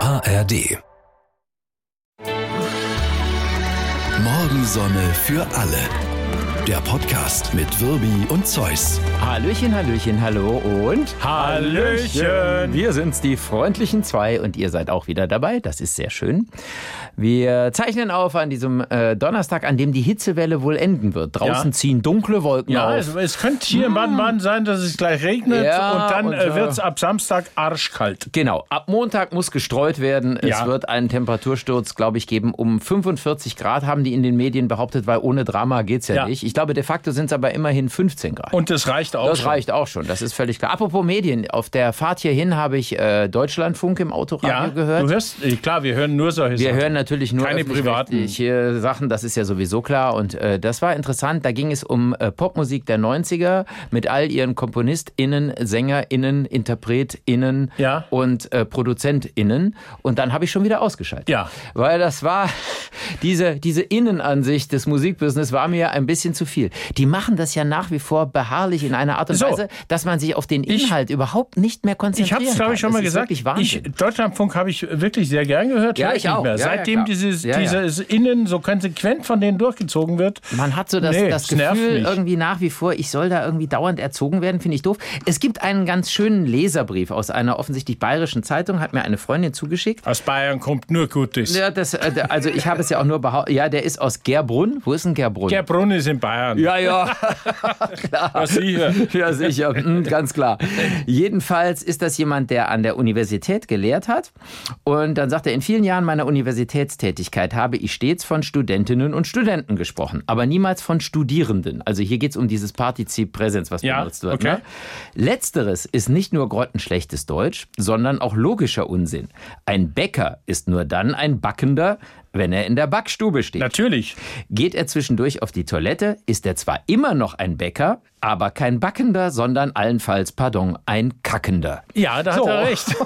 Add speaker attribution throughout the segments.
Speaker 1: ARD. Morgensonne für alle. Der Podcast mit Wirbi und Zeus.
Speaker 2: Hallöchen, Hallöchen, hallo und
Speaker 3: Hallöchen.
Speaker 2: Wir sind's, die freundlichen zwei und ihr seid auch wieder dabei. Das ist sehr schön. Wir zeichnen auf an diesem äh, Donnerstag, an dem die Hitzewelle wohl enden wird. Draußen
Speaker 3: Ja.
Speaker 2: ziehen dunkle Wolken
Speaker 3: Ja, also es,
Speaker 2: auf.
Speaker 3: es könnte hier in Baden-Baden sein, dass es gleich regnet
Speaker 2: Ja,
Speaker 3: und dann
Speaker 2: und, äh,
Speaker 3: äh, wird es ab Samstag arschkalt.
Speaker 2: Genau, ab Montag muss gestreut werden. Es
Speaker 3: Ja.
Speaker 2: wird einen Temperatursturz, glaube ich, geben. Um 45 Grad haben die in den Medien behauptet, weil ohne Drama geht's ja,
Speaker 3: Ja.
Speaker 2: nicht. Ich glaube, de facto sind's aber immerhin 15 Grad.
Speaker 3: Und das reicht auch.
Speaker 2: Das
Speaker 3: schon.
Speaker 2: reicht auch schon, das ist völlig klar. Apropos Medien, auf der Fahrt hierhin habe ich äh, Deutschlandfunk im
Speaker 3: Ja,
Speaker 2: Autoradio
Speaker 3: du
Speaker 2: gehört.
Speaker 3: hörst, äh, klar, wir hören nur solche
Speaker 2: Wir
Speaker 3: Sachen.
Speaker 2: hören natürlich nur
Speaker 3: Keine
Speaker 2: öffentlich-rechtliche Sachen, das ist ja sowieso klar. Und äh, das war interessant. Da ging es um äh, Popmusik der 90er mit all ihren KomponistInnen, SängerInnen, InterpretInnen
Speaker 3: Ja.
Speaker 2: und äh, ProduzentInnen. Und dann habe ich schon wieder ausgeschaltet.
Speaker 3: Ja.
Speaker 2: Weil das war, diese, diese Innenansicht des Musikbusiness war mir ein bisschen zu viel. Die machen das ja nach wie vor beharrlich in einer Art und
Speaker 3: So.
Speaker 2: Weise, dass man sich auf den Inhalt überhaupt nicht mehr konzentrieren
Speaker 3: ich
Speaker 2: kann.
Speaker 3: habe es, glaube ich, schon mal
Speaker 2: Es ist
Speaker 3: gesagt.
Speaker 2: wirklich
Speaker 3: Ich,
Speaker 2: Wahnsinn.
Speaker 3: Deutschlandfunk habe ich wirklich sehr gern gehört.
Speaker 2: Ja,
Speaker 3: höre
Speaker 2: ich auch.
Speaker 3: Nicht mehr.
Speaker 2: Ja, ja,
Speaker 3: Seitdem
Speaker 2: klar.
Speaker 3: dieses,
Speaker 2: Ja, ja.
Speaker 3: dieses Innen so konsequent von denen durchgezogen wird.
Speaker 2: Man hat so das,
Speaker 3: Nee,
Speaker 2: das
Speaker 3: es nervt
Speaker 2: Gefühl
Speaker 3: mich.
Speaker 2: irgendwie nach wie vor, ich soll da irgendwie dauernd erzogen werden, finde ich doof. Es gibt einen ganz schönen Leserbrief aus einer offensichtlich bayerischen Zeitung, hat mir eine Freundin zugeschickt.
Speaker 3: Aus Bayern kommt nur Gutes.
Speaker 2: Ja, das, äh, der- also ich habe es ja auch nur behauptet. Ja, der ist aus Gerbrunn. Wo ist denn Gerbrunn?
Speaker 3: Der Brunnen ist in Bayern.
Speaker 2: ja, ja.
Speaker 3: Ja, sicher.
Speaker 2: Ja, sicher, mhm, ganz klar. Jedenfalls ist das jemand, der an der Universität gelehrt hat. Und dann sagt er, in vielen Jahren meiner Universitätstätigkeit habe ich stets von Studentinnen und Studenten gesprochen, aber niemals von Studierenden. Also hier geht es um dieses Partizip Präsens, was
Speaker 3: Ja,
Speaker 2: benutzt wird.
Speaker 3: okay.
Speaker 2: Ne? Letzteres ist nicht nur grottenschlechtes Deutsch, sondern auch logischer Unsinn. Ein Bäcker ist nur dann ein Backender, wenn er in der Backstube steht.
Speaker 3: Natürlich.
Speaker 2: Geht er zwischendurch auf die Toilette, ist er zwar immer noch ein Bäcker, aber kein Backender, sondern allenfalls, pardon, ein Kackender.
Speaker 3: Ja, da
Speaker 2: So.
Speaker 3: hat er recht.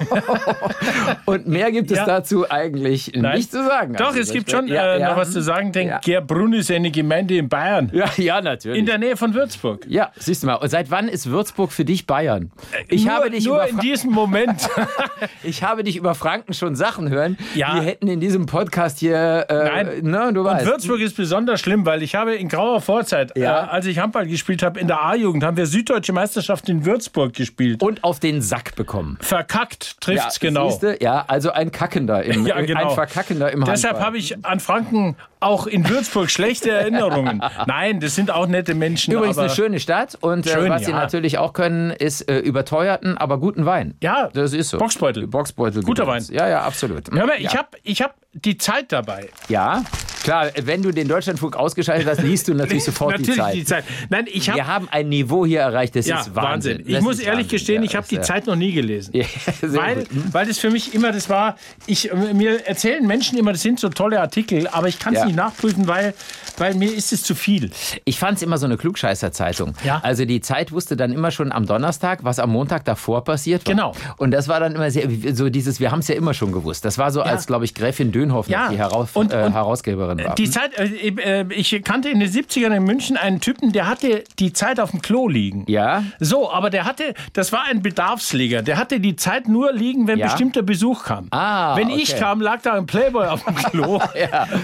Speaker 2: Und mehr gibt es
Speaker 3: Ja.
Speaker 2: dazu eigentlich
Speaker 3: Nein.
Speaker 2: nicht zu sagen.
Speaker 3: Doch,
Speaker 2: Also,
Speaker 3: es
Speaker 2: das-
Speaker 3: gibt schon
Speaker 2: ja,
Speaker 3: äh,
Speaker 2: ja.
Speaker 3: noch was zu sagen, denn
Speaker 2: Ja.
Speaker 3: Gerbrunn ist eine Gemeinde in Bayern.
Speaker 2: Ja, ja, natürlich.
Speaker 3: In der Nähe von Würzburg.
Speaker 2: ja, siehst du mal. Und seit wann ist Würzburg für dich Bayern? Ich,
Speaker 3: Äh, nur,
Speaker 2: habe, dich
Speaker 3: nur
Speaker 2: über
Speaker 3: in
Speaker 2: Fra-
Speaker 3: diesem Moment.
Speaker 2: ich habe dich über Franken schon Sachen hören.
Speaker 3: Ja.
Speaker 2: Die hätten in diesem Podcast hier. Äh,
Speaker 3: Nein.
Speaker 2: Ne, du weißt.
Speaker 3: Würzburg ist besonders schlimm, weil ich habe in grauer Vorzeit,
Speaker 2: Ja.
Speaker 3: äh, als ich Handball gespielt habe, in der A-Jugend, haben wir Süddeutsche Meisterschaft in Würzburg gespielt.
Speaker 2: und auf den Sack bekommen.
Speaker 3: Verkackt trifft's genau.
Speaker 2: siehste? ja, also ein Kackender im,
Speaker 3: Ja, genau.
Speaker 2: ein Verkackender im
Speaker 3: Deshalb
Speaker 2: Handball.
Speaker 3: habe ich an Franken auch in Würzburg schlechte Erinnerungen. Nein, das sind auch nette Menschen.
Speaker 2: Übrigens
Speaker 3: Genau, aber
Speaker 2: eine schöne Stadt und äh,
Speaker 3: Schön,
Speaker 2: was sie
Speaker 3: ja.
Speaker 2: natürlich auch können, ist äh, überteuerten, aber guten Wein.
Speaker 3: Ja,
Speaker 2: das ist so.
Speaker 3: Bocksbeutel.
Speaker 2: Boxbeutel.
Speaker 3: Guter
Speaker 2: Gedöns.
Speaker 3: Wein.
Speaker 2: Ja, ja, absolut.
Speaker 3: Hör mal, ich habe ich hab die Zeit dabei.
Speaker 2: Ja, klar, wenn du den Deutschlandfunk ausgeschaltet hast, liest du natürlich sofort
Speaker 3: Natürlich
Speaker 2: die Zeit.
Speaker 3: die Zeit. Nein, ich habe
Speaker 2: Wir haben ein Niveau hier erreicht, das
Speaker 3: ja,
Speaker 2: ist Wahnsinn.
Speaker 3: Ich
Speaker 2: Das
Speaker 3: muss
Speaker 2: ist
Speaker 3: ehrlich
Speaker 2: Wahnsinn.
Speaker 3: gestehen,
Speaker 2: Ja,
Speaker 3: ich habe
Speaker 2: das
Speaker 3: die
Speaker 2: ist, äh,
Speaker 3: Zeit noch nie gelesen.
Speaker 2: Ja, sehr
Speaker 3: weil,
Speaker 2: gut. Mhm.
Speaker 3: weil das für mich immer das war, ich, äh, mir erzählen Menschen immer, das sind so tolle Artikel, aber ich kann es
Speaker 2: Ja.
Speaker 3: nicht nachprüfen, weil, weil mir ist es zu viel.
Speaker 2: Ich fand es immer so eine Klugscheißer-Zeitung.
Speaker 3: Ja.
Speaker 2: Also die Zeit wusste dann immer schon am Donnerstag, was am Montag davor passiert war.
Speaker 3: Genau.
Speaker 2: Und das war dann immer sehr, so dieses, wir haben es ja immer schon gewusst. Das war so, als, glaube ich, Gräfin Dönhoff noch
Speaker 3: Ja.
Speaker 2: die Heraus
Speaker 3: Und-
Speaker 2: äh,
Speaker 3: und-
Speaker 2: Herausgeberin war.
Speaker 3: Die Zeit, äh, äh, ich kannte in den 70ern in München einen Typen, der hatte die Zeit auf dem Klo liegen.
Speaker 2: ja,
Speaker 3: So, aber der hatte, das war ein Bedarfsleger, der hatte die Zeit nur liegen, wenn
Speaker 2: Ja.
Speaker 3: bestimmter Besuch kam.
Speaker 2: Ah,
Speaker 3: wenn ich
Speaker 2: okay.
Speaker 3: kam, lag da ein Playboy auf dem Klo.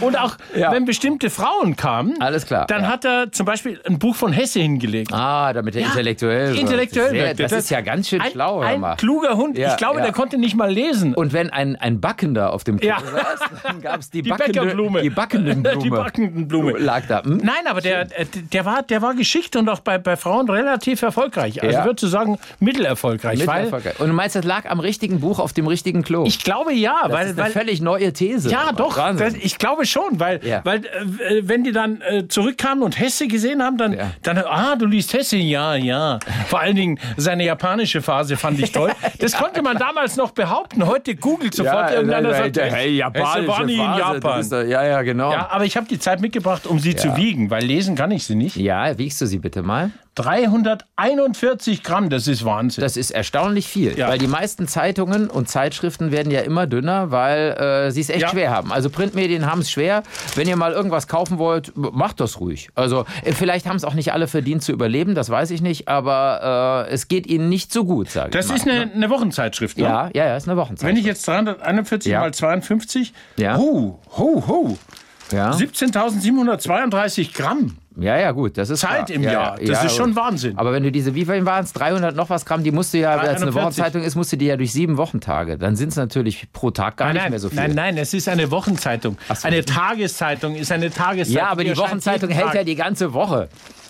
Speaker 3: Und auch
Speaker 2: Ja.
Speaker 3: wenn bestimmte Frauen kamen,
Speaker 2: Alles klar,
Speaker 3: dann
Speaker 2: ja.
Speaker 3: hat er zum Beispiel ein Buch von Hesse hingelegt.
Speaker 2: Ah, damit er
Speaker 3: Ja,
Speaker 2: intellektuell wird.
Speaker 3: Intellektuell
Speaker 2: Sehr,
Speaker 3: wirkte.
Speaker 2: Das ist ja ganz schön
Speaker 3: ein,
Speaker 2: schlau, hör
Speaker 3: Ein
Speaker 2: mal.
Speaker 3: kluger Hund.
Speaker 2: Ja,
Speaker 3: ich glaube,
Speaker 2: ja.
Speaker 3: der konnte nicht mal lesen.
Speaker 2: Und wenn ein, ein Backender auf dem Klo
Speaker 3: Ja.
Speaker 2: saß, dann gab es die,
Speaker 3: Die
Speaker 2: backende,
Speaker 3: Bäckerblume.
Speaker 2: Die backenden Blume.
Speaker 3: Die backenden Blume.
Speaker 2: Lag da. Hm?
Speaker 3: Nein, aber der, äh, der, war, der war geschickt und auch bei, bei Frauen relativ erfolgreich. Also
Speaker 2: Ja.
Speaker 3: würde ich sagen, mittelerfolgreich. weil
Speaker 2: Mittelerfolgreich. Und du meinst, das lag am richtigen Buch auf dem richtigen Klo?
Speaker 3: ich glaube ja,
Speaker 2: das
Speaker 3: weil,
Speaker 2: ist eine
Speaker 3: weil
Speaker 2: völlig neue These.
Speaker 3: Ja,
Speaker 2: Aber
Speaker 3: doch.
Speaker 2: Wahnsinn.
Speaker 3: Das, ich glaube schon, weil,
Speaker 2: Ja.
Speaker 3: weil äh, wenn die dann äh, zurückkamen und Hesse gesehen haben, dann,
Speaker 2: Ja.
Speaker 3: dann, ah, du liest Hesse, ja, ja. Vor allen Dingen seine japanische Phase fand ich toll. Das konnte man damals noch behaupten. Heute googelt sofort
Speaker 2: ja,
Speaker 3: irgendeiner
Speaker 2: nein,
Speaker 3: sagt,
Speaker 2: nein, hey,
Speaker 3: Hesse
Speaker 2: japanische
Speaker 3: war nie in
Speaker 2: Phase, du
Speaker 3: Japan.
Speaker 2: bist doch- Ja, ja, genau. enorm.
Speaker 3: Ja, aber ich habe die Zeit mitgebracht, um sie zu wiegen, weil lesen kann ich sie nicht.
Speaker 2: Ja, wiegst du sie bitte mal?
Speaker 3: 341 Gramm, das ist Wahnsinn.
Speaker 2: Das ist erstaunlich viel,
Speaker 3: Ja.
Speaker 2: weil die meisten Zeitungen und Zeitschriften werden ja immer dünner, weil äh, sie es echt
Speaker 3: Ja.
Speaker 2: schwer haben. Also Printmedien haben es schwer. Wenn ihr mal irgendwas kaufen wollt, m- macht das ruhig. Also äh, vielleicht haben es auch nicht alle verdient zu überleben, das weiß ich nicht, aber äh, es geht ihnen nicht so gut, sage
Speaker 3: Das
Speaker 2: ich mal.
Speaker 3: ist eine, eine Wochenzeitschrift, ne?
Speaker 2: ja, ja, ja, ist eine
Speaker 3: Wenn
Speaker 2: Wochenzeit.
Speaker 3: ich jetzt 341
Speaker 2: Ja.
Speaker 3: mal 52,
Speaker 2: Ja. Ah.
Speaker 3: ho, ho, ho,
Speaker 2: Ja.
Speaker 3: 17.732 Gramm.
Speaker 2: ja, ja, gut, das ist
Speaker 3: Zeit
Speaker 2: klar.
Speaker 3: im
Speaker 2: ja,
Speaker 3: Jahr.
Speaker 2: Ja,
Speaker 3: Das
Speaker 2: ja,
Speaker 3: ist schon
Speaker 2: gut.
Speaker 3: Wahnsinn.
Speaker 2: Aber wenn du diese, wie viel waren es? 300 noch was Gramm, die musst du ja, weil es eine
Speaker 3: 341.
Speaker 2: Wochenzeitung ist, musst du die ja durch sieben Wochentage. Dann sind es natürlich pro Tag gar nicht
Speaker 3: nein,
Speaker 2: mehr so viel.
Speaker 3: nein, nein, es ist eine Wochenzeitung.
Speaker 2: so.
Speaker 3: Eine Tageszeitung ist eine Tageszeitung.
Speaker 2: Ja, aber die
Speaker 3: erscheint
Speaker 2: Wochenzeitung
Speaker 3: jeden
Speaker 2: hält ja
Speaker 3: Tag.
Speaker 2: die ganze Woche.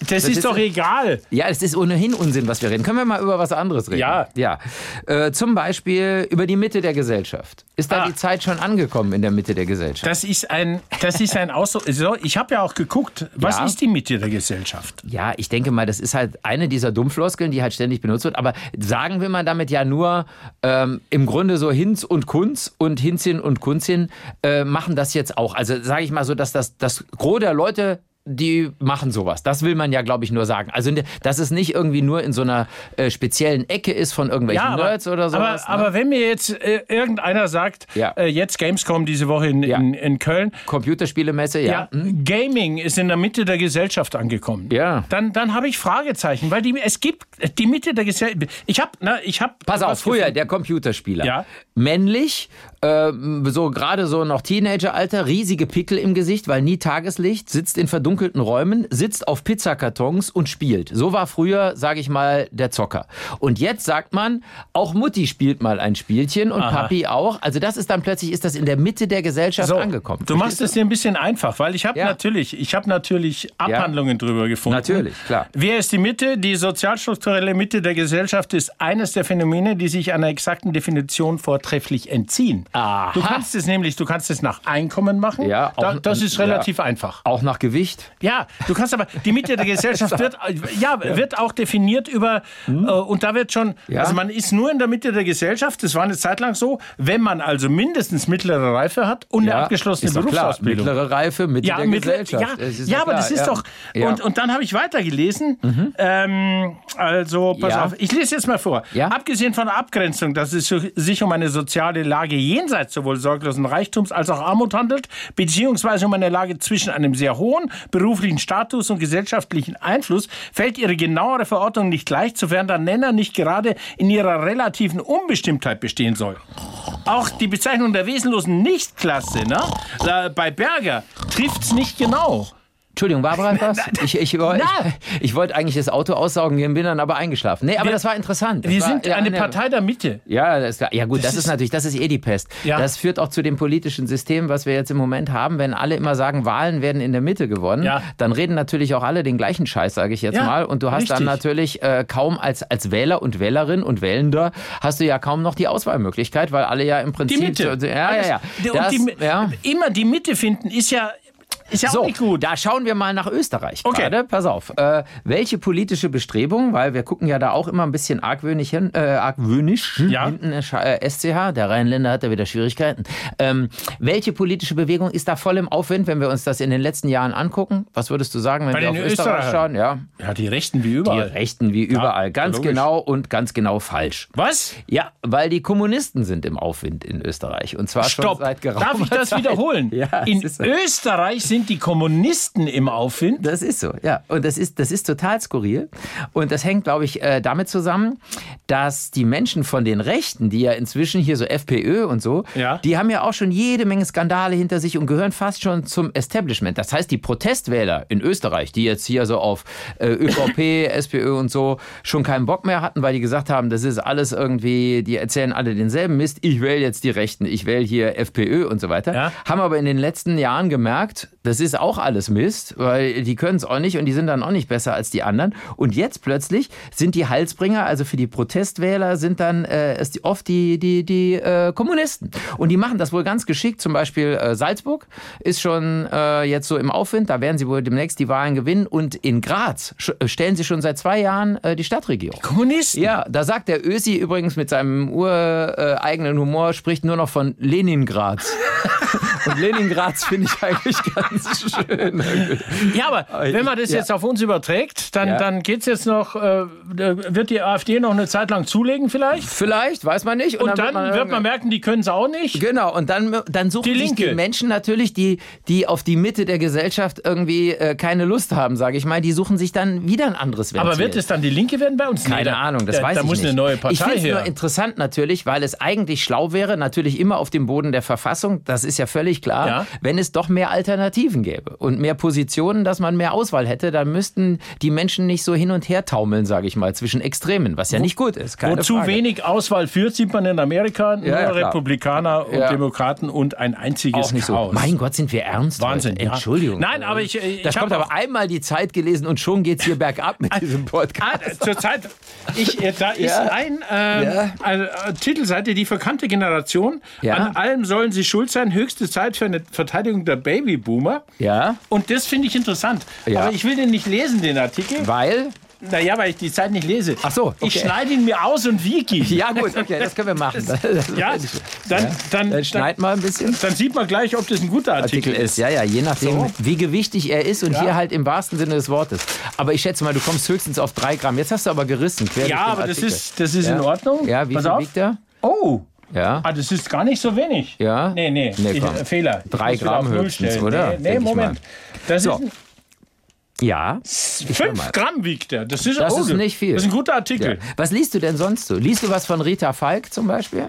Speaker 3: Das, ist,
Speaker 2: ist-
Speaker 3: doch egal.
Speaker 2: Ja, es ist ohnehin Unsinn, was wir reden. Können wir mal über was anderes reden?
Speaker 3: Ja.
Speaker 2: Ja. Äh, zum Beispiel über die Mitte der Gesellschaft. Ist da
Speaker 3: Ah.
Speaker 2: die Zeit schon angekommen in der Mitte der Gesellschaft?
Speaker 3: Das ist ein, das ist ein Ausdruck. So, ich habe ja auch geguckt, was
Speaker 2: Ja.
Speaker 3: ist die Mitte der Gesellschaft?
Speaker 2: Ja, ich denke mal, das ist halt eine dieser Dummfloskeln, die halt ständig benutzt wird. Aber sagen will man damit ja nur, ähm, im Grunde so Hinz und Kunz und Hinzin und Kunzin äh, machen das jetzt auch. Also sage ich mal so, dass das, das Gros der Leute. Die machen sowas. Das will man ja, glaube ich, nur sagen. Also, dass es nicht irgendwie nur in so einer äh, speziellen Ecke ist von irgendwelchen Nerds oder sowas. ne?
Speaker 3: Aber, aber wenn mir jetzt äh, irgendeiner sagt,
Speaker 2: Ja.
Speaker 3: äh, jetzt Gamescom diese Woche in,
Speaker 2: Ja.
Speaker 3: in, in Köln,
Speaker 2: Computerspielemesse, ja. hm.
Speaker 3: ja, Gaming ist in der Mitte der Gesellschaft angekommen.
Speaker 2: Ja.
Speaker 3: Dann, dann habe ich Fragezeichen, weil die, es gibt die Mitte der Gesellschaft. Ich habe, na, ich habe.
Speaker 2: Pass auf, früher der Computerspieler.
Speaker 3: Ja.
Speaker 2: Männlich, ähm, so gerade so noch Teenageralter, riesige Pickel im Gesicht, weil nie Tageslicht, sitzt in verdunkelten Räumen, sitzt auf Pizzakartons und spielt. So war früher, sage ich mal, der Zocker. Und jetzt sagt man, auch Mutti spielt mal ein Spielchen und Papi auch. Also das ist dann plötzlich, ist das in der Mitte der Gesellschaft
Speaker 3: so,
Speaker 2: angekommen.
Speaker 3: Du machst es dir ein bisschen einfach, weil ich habe
Speaker 2: Ja.
Speaker 3: natürlich, ich habe natürlich Abhandlungen drüber gefunden.
Speaker 2: Natürlich, klar.
Speaker 3: Wer ist die Mitte? Die sozialstrukturelle Mitte der Gesellschaft ist eines der Phänomene, die sich einer exakten Definition vortrefflich entziehen.
Speaker 2: Aha.
Speaker 3: Du kannst es nämlich, du kannst es nach Einkommen machen.
Speaker 2: Ja,
Speaker 3: da,
Speaker 2: auch-
Speaker 3: das ist
Speaker 2: ja.
Speaker 3: relativ einfach.
Speaker 2: Auch nach Gewicht.
Speaker 3: Ja, du kannst aber die Mitte der Gesellschaft wird äh, ja wird auch definiert über äh, und da wird schon
Speaker 2: Hm? Ja.
Speaker 3: also man ist nur in der Mitte der Gesellschaft. Das war eine Zeit lang so, wenn man also mindestens mittlere Reife hat und eine abgeschlossene
Speaker 2: ist doch klar.
Speaker 3: Berufsausbildung.
Speaker 2: Mittlere Reife, Mitte
Speaker 3: Ja,
Speaker 2: der
Speaker 3: mittel-
Speaker 2: Gesellschaft.
Speaker 3: ja,
Speaker 2: Es ist
Speaker 3: ja aber
Speaker 2: klar,
Speaker 3: das ist
Speaker 2: ja.
Speaker 3: doch.
Speaker 2: Ja. Mhm.
Speaker 3: Und, und dann habe ich weitergelesen. Ähm, also, pass
Speaker 2: Ja.
Speaker 3: auf, ich lese jetzt mal vor.
Speaker 2: Ja.
Speaker 3: Abgesehen von der Abgrenzung, dass es sich um eine soziale Lage jenseits sowohl sorglosen Reichtums als auch Armut handelt, beziehungsweise um eine Lage zwischen einem sehr hohen beruflichen Status und gesellschaftlichen Einfluss, fällt ihre genauere Verordnung nicht leicht, sofern der Nenner nicht gerade in ihrer relativen Unbestimmtheit bestehen soll. Auch die Bezeichnung der wesenlosen Nichtklasse, ne? Äh, Bei Berger trifft's nicht genau.
Speaker 2: Entschuldigung, war bereits was? Ich, ich, woll-
Speaker 3: Na.
Speaker 2: ich, ich wollte eigentlich das Auto aussaugen gehen, bin dann aber eingeschlafen. Nee, aber
Speaker 3: Wir-
Speaker 2: das war interessant. Das
Speaker 3: Wir
Speaker 2: war,
Speaker 3: sind
Speaker 2: ja,
Speaker 3: eine
Speaker 2: ne-
Speaker 3: Partei der Mitte.
Speaker 2: Ja, das, ist- ja gut, das,
Speaker 3: Das
Speaker 2: ist,
Speaker 3: ist-
Speaker 2: natürlich, das ist eh die Pest.
Speaker 3: Ja.
Speaker 2: Das führt auch zu dem politischen System, was wir jetzt im Moment haben. Wenn alle immer sagen, Wahlen werden in der Mitte gewonnen,
Speaker 3: Ja.
Speaker 2: dann reden natürlich auch alle den gleichen Scheiß, sage ich jetzt
Speaker 3: Ja,
Speaker 2: mal. Und du hast dann
Speaker 3: richtig.
Speaker 2: natürlich äh, kaum als, als Wähler und Wählerin und Wählender, hast du ja kaum noch die Auswahlmöglichkeit, weil alle ja im
Speaker 3: Die
Speaker 2: Prinzip...
Speaker 3: Mitte.
Speaker 2: Ja, ja, ja.
Speaker 3: Alles-
Speaker 2: Das,
Speaker 3: und die,
Speaker 2: ja.
Speaker 3: Immer die Mitte finden ist ja, ist ja auch nicht gut.
Speaker 2: Da schauen wir mal nach Österreich
Speaker 3: Okay.
Speaker 2: gerade. Pass auf. Äh, welche politische Bestrebung, weil wir gucken ja da auch immer ein bisschen argwöhnisch hin, äh, argwöhnisch hm,
Speaker 3: Ja.
Speaker 2: hinten äh, Sch- äh, SCH, der Rheinländer hat da wieder Schwierigkeiten. Ähm, welche politische Bewegung ist da voll im Aufwind, wenn wir uns das in den letzten Jahren angucken? Was würdest du sagen, wenn
Speaker 3: Bei
Speaker 2: wir auf
Speaker 3: den
Speaker 2: Österreich
Speaker 3: Österreichern.
Speaker 2: schauen? Ja.
Speaker 3: Ja, die Rechten wie
Speaker 2: Die
Speaker 3: überall.
Speaker 2: Rechten wie überall. ganz
Speaker 3: logisch.
Speaker 2: genau und ganz genau falsch.
Speaker 3: Was?
Speaker 2: Ja, weil die Kommunisten sind im Aufwind in Österreich. Und zwar
Speaker 3: Stopp.
Speaker 2: schon seit geraumer
Speaker 3: Darf ich das
Speaker 2: Zeit.
Speaker 3: wiederholen?
Speaker 2: Ja, es
Speaker 3: In
Speaker 2: ist so.
Speaker 3: Österreich sind die Kommunisten im Aufwind.
Speaker 2: Das ist so, ja. Und das ist, das ist total skurril. Und das hängt, glaube ich, äh, damit zusammen, dass die Menschen von den Rechten, die ja inzwischen hier so FPÖ und so,
Speaker 3: Ja.
Speaker 2: die haben ja auch schon jede Menge Skandale hinter sich und gehören fast schon zum Establishment. Das heißt, die Protestwähler in Österreich, die jetzt hier so auf äh, ÖVP, SPÖ und so schon keinen Bock mehr hatten, weil die gesagt haben, das ist alles irgendwie, die erzählen alle denselben Mist, ich wähle jetzt die Rechten, ich wähle hier FPÖ und so weiter,
Speaker 3: Ja.
Speaker 2: haben aber in den letzten Jahren gemerkt, Das ist auch alles Mist, weil die können es auch nicht und die sind dann auch nicht besser als die anderen. Und jetzt plötzlich sind die Halsbringer, also für die Protestwähler, sind dann äh, ist die, oft die, die, die äh, Kommunisten. Und die machen das wohl ganz geschickt. Zum Beispiel äh, Salzburg ist schon äh, jetzt so im Aufwind, da werden sie wohl demnächst die Wahlen gewinnen. Und in Graz sch- äh, stellen sie schon seit zwei Jahren äh, die Stadtregierung.
Speaker 3: Kommunisten.
Speaker 2: Ja, da sagt der Ösi übrigens mit seinem ureigenen Humor, spricht nur noch von Leningrad. Und Leningrad finde ich eigentlich ganz schön.
Speaker 3: Ja, aber wenn man das
Speaker 2: Äh, Ja.
Speaker 3: jetzt auf uns überträgt, dann,
Speaker 2: Ja.
Speaker 3: dann geht's jetzt noch, äh, wird die AfD noch eine Zeit lang zulegen vielleicht?
Speaker 2: Vielleicht, weiß man nicht.
Speaker 3: Und, dann, wird man
Speaker 2: irgendwie-
Speaker 3: merken, die können's auch nicht.
Speaker 2: Genau, und dann, dann suchen
Speaker 3: Die
Speaker 2: sich die
Speaker 3: Linke.
Speaker 2: Menschen natürlich, die, die auf die Mitte der Gesellschaft irgendwie äh, keine Lust haben, sage ich mal, die suchen sich dann wieder ein anderes Ventil.
Speaker 3: Aber wird es dann die Linke werden bei uns? Nee,
Speaker 2: Keine
Speaker 3: da-
Speaker 2: Ahnung, das
Speaker 3: da,
Speaker 2: weiß
Speaker 3: da
Speaker 2: ich
Speaker 3: muss
Speaker 2: nicht.
Speaker 3: eine neue
Speaker 2: ich
Speaker 3: Partei
Speaker 2: finde es nur
Speaker 3: her.
Speaker 2: interessant natürlich, weil es eigentlich schlau wäre, natürlich immer auf dem Boden der Verfassung, das ist ja völlig klar,
Speaker 3: Ja.
Speaker 2: wenn es doch mehr Alternativen gäbe und mehr Positionen, dass man mehr Auswahl hätte, dann müssten die Menschen nicht so hin und her taumeln, sage ich mal, zwischen Extremen, was ja nicht gut ist. Keine
Speaker 3: Wozu
Speaker 2: Frage.
Speaker 3: wenig Auswahl führt, sieht man in Amerika. Nur
Speaker 2: Ja, ja, klar.
Speaker 3: Republikaner und
Speaker 2: Ja.
Speaker 3: Demokraten und ein einziges
Speaker 2: Auch nicht so.
Speaker 3: Chaos.
Speaker 2: Mein Gott, sind wir ernst?
Speaker 3: Wahnsinn,
Speaker 2: Heute.
Speaker 3: ja.
Speaker 2: Entschuldigung.
Speaker 3: Nein, aber ich- ich
Speaker 2: Das
Speaker 3: hab
Speaker 2: kommt
Speaker 3: auch-
Speaker 2: aber einmal die Zeit gelesen und schon geht's hier bergab mit diesem
Speaker 3: Ah,
Speaker 2: Podcast.
Speaker 3: zurzeit, ich, äh, da ist
Speaker 2: Ja.
Speaker 3: ein, ähm,
Speaker 2: Ja.
Speaker 3: eine äh, Titelseite, die verkannte Generation.
Speaker 2: Ja.
Speaker 3: An allem sollen sie schuld sein. Höchste Zeit für eine Verteidigung der Babyboomer.
Speaker 2: Ja.
Speaker 3: Und das finde ich interessant.
Speaker 2: Ja.
Speaker 3: Aber ich will den nicht lesen, den Artikel.
Speaker 2: Weil?
Speaker 3: Naja, weil ich die Zeit nicht lese.
Speaker 2: Ach so,
Speaker 3: Ich
Speaker 2: okay.
Speaker 3: schneide ihn mir aus und wiege ihn.
Speaker 2: Ja gut, okay, das können wir machen.
Speaker 3: Ja, dann, dann,
Speaker 2: Dann
Speaker 3: dann,
Speaker 2: schneid mal ein bisschen.
Speaker 3: dann sieht man gleich, ob das ein guter Artikel,
Speaker 2: Artikel ist. Ja, ja, je nachdem,
Speaker 3: So.
Speaker 2: wie gewichtig er ist und
Speaker 3: Ja.
Speaker 2: hier halt im wahrsten Sinne des Wortes. Aber ich schätze mal, du kommst höchstens auf drei Gramm. Jetzt hast du aber gerissen. Quer
Speaker 3: Ja,
Speaker 2: durch den
Speaker 3: aber das
Speaker 2: Artikel.
Speaker 3: ist, das ist
Speaker 2: ja.
Speaker 3: in Ordnung.
Speaker 2: Ja, wie
Speaker 3: Pass
Speaker 2: viel
Speaker 3: auf.
Speaker 2: wiegt er?
Speaker 3: Oh,
Speaker 2: Ja.
Speaker 3: ah, das ist gar nicht so wenig.
Speaker 2: Ja?
Speaker 3: Nee, nee,
Speaker 2: Nee,
Speaker 3: ich,
Speaker 2: komm.
Speaker 3: äh, Fehler. Ich
Speaker 2: Drei
Speaker 3: muss wieder
Speaker 2: Gramm
Speaker 3: auf Null
Speaker 2: höchstens,
Speaker 3: stellen.
Speaker 2: oder?
Speaker 3: Nee, nee
Speaker 2: Denk ich
Speaker 3: Moment. Das
Speaker 2: So.
Speaker 3: ist
Speaker 2: Ja. mal.
Speaker 3: fünf Gramm wiegt er. Das ist,
Speaker 2: Das
Speaker 3: oh,
Speaker 2: ist nicht viel.
Speaker 3: Das ist ein guter
Speaker 2: ja.
Speaker 3: Artikel.
Speaker 2: Was liest du denn sonst so? Liest du was von Rita Falk zum Beispiel?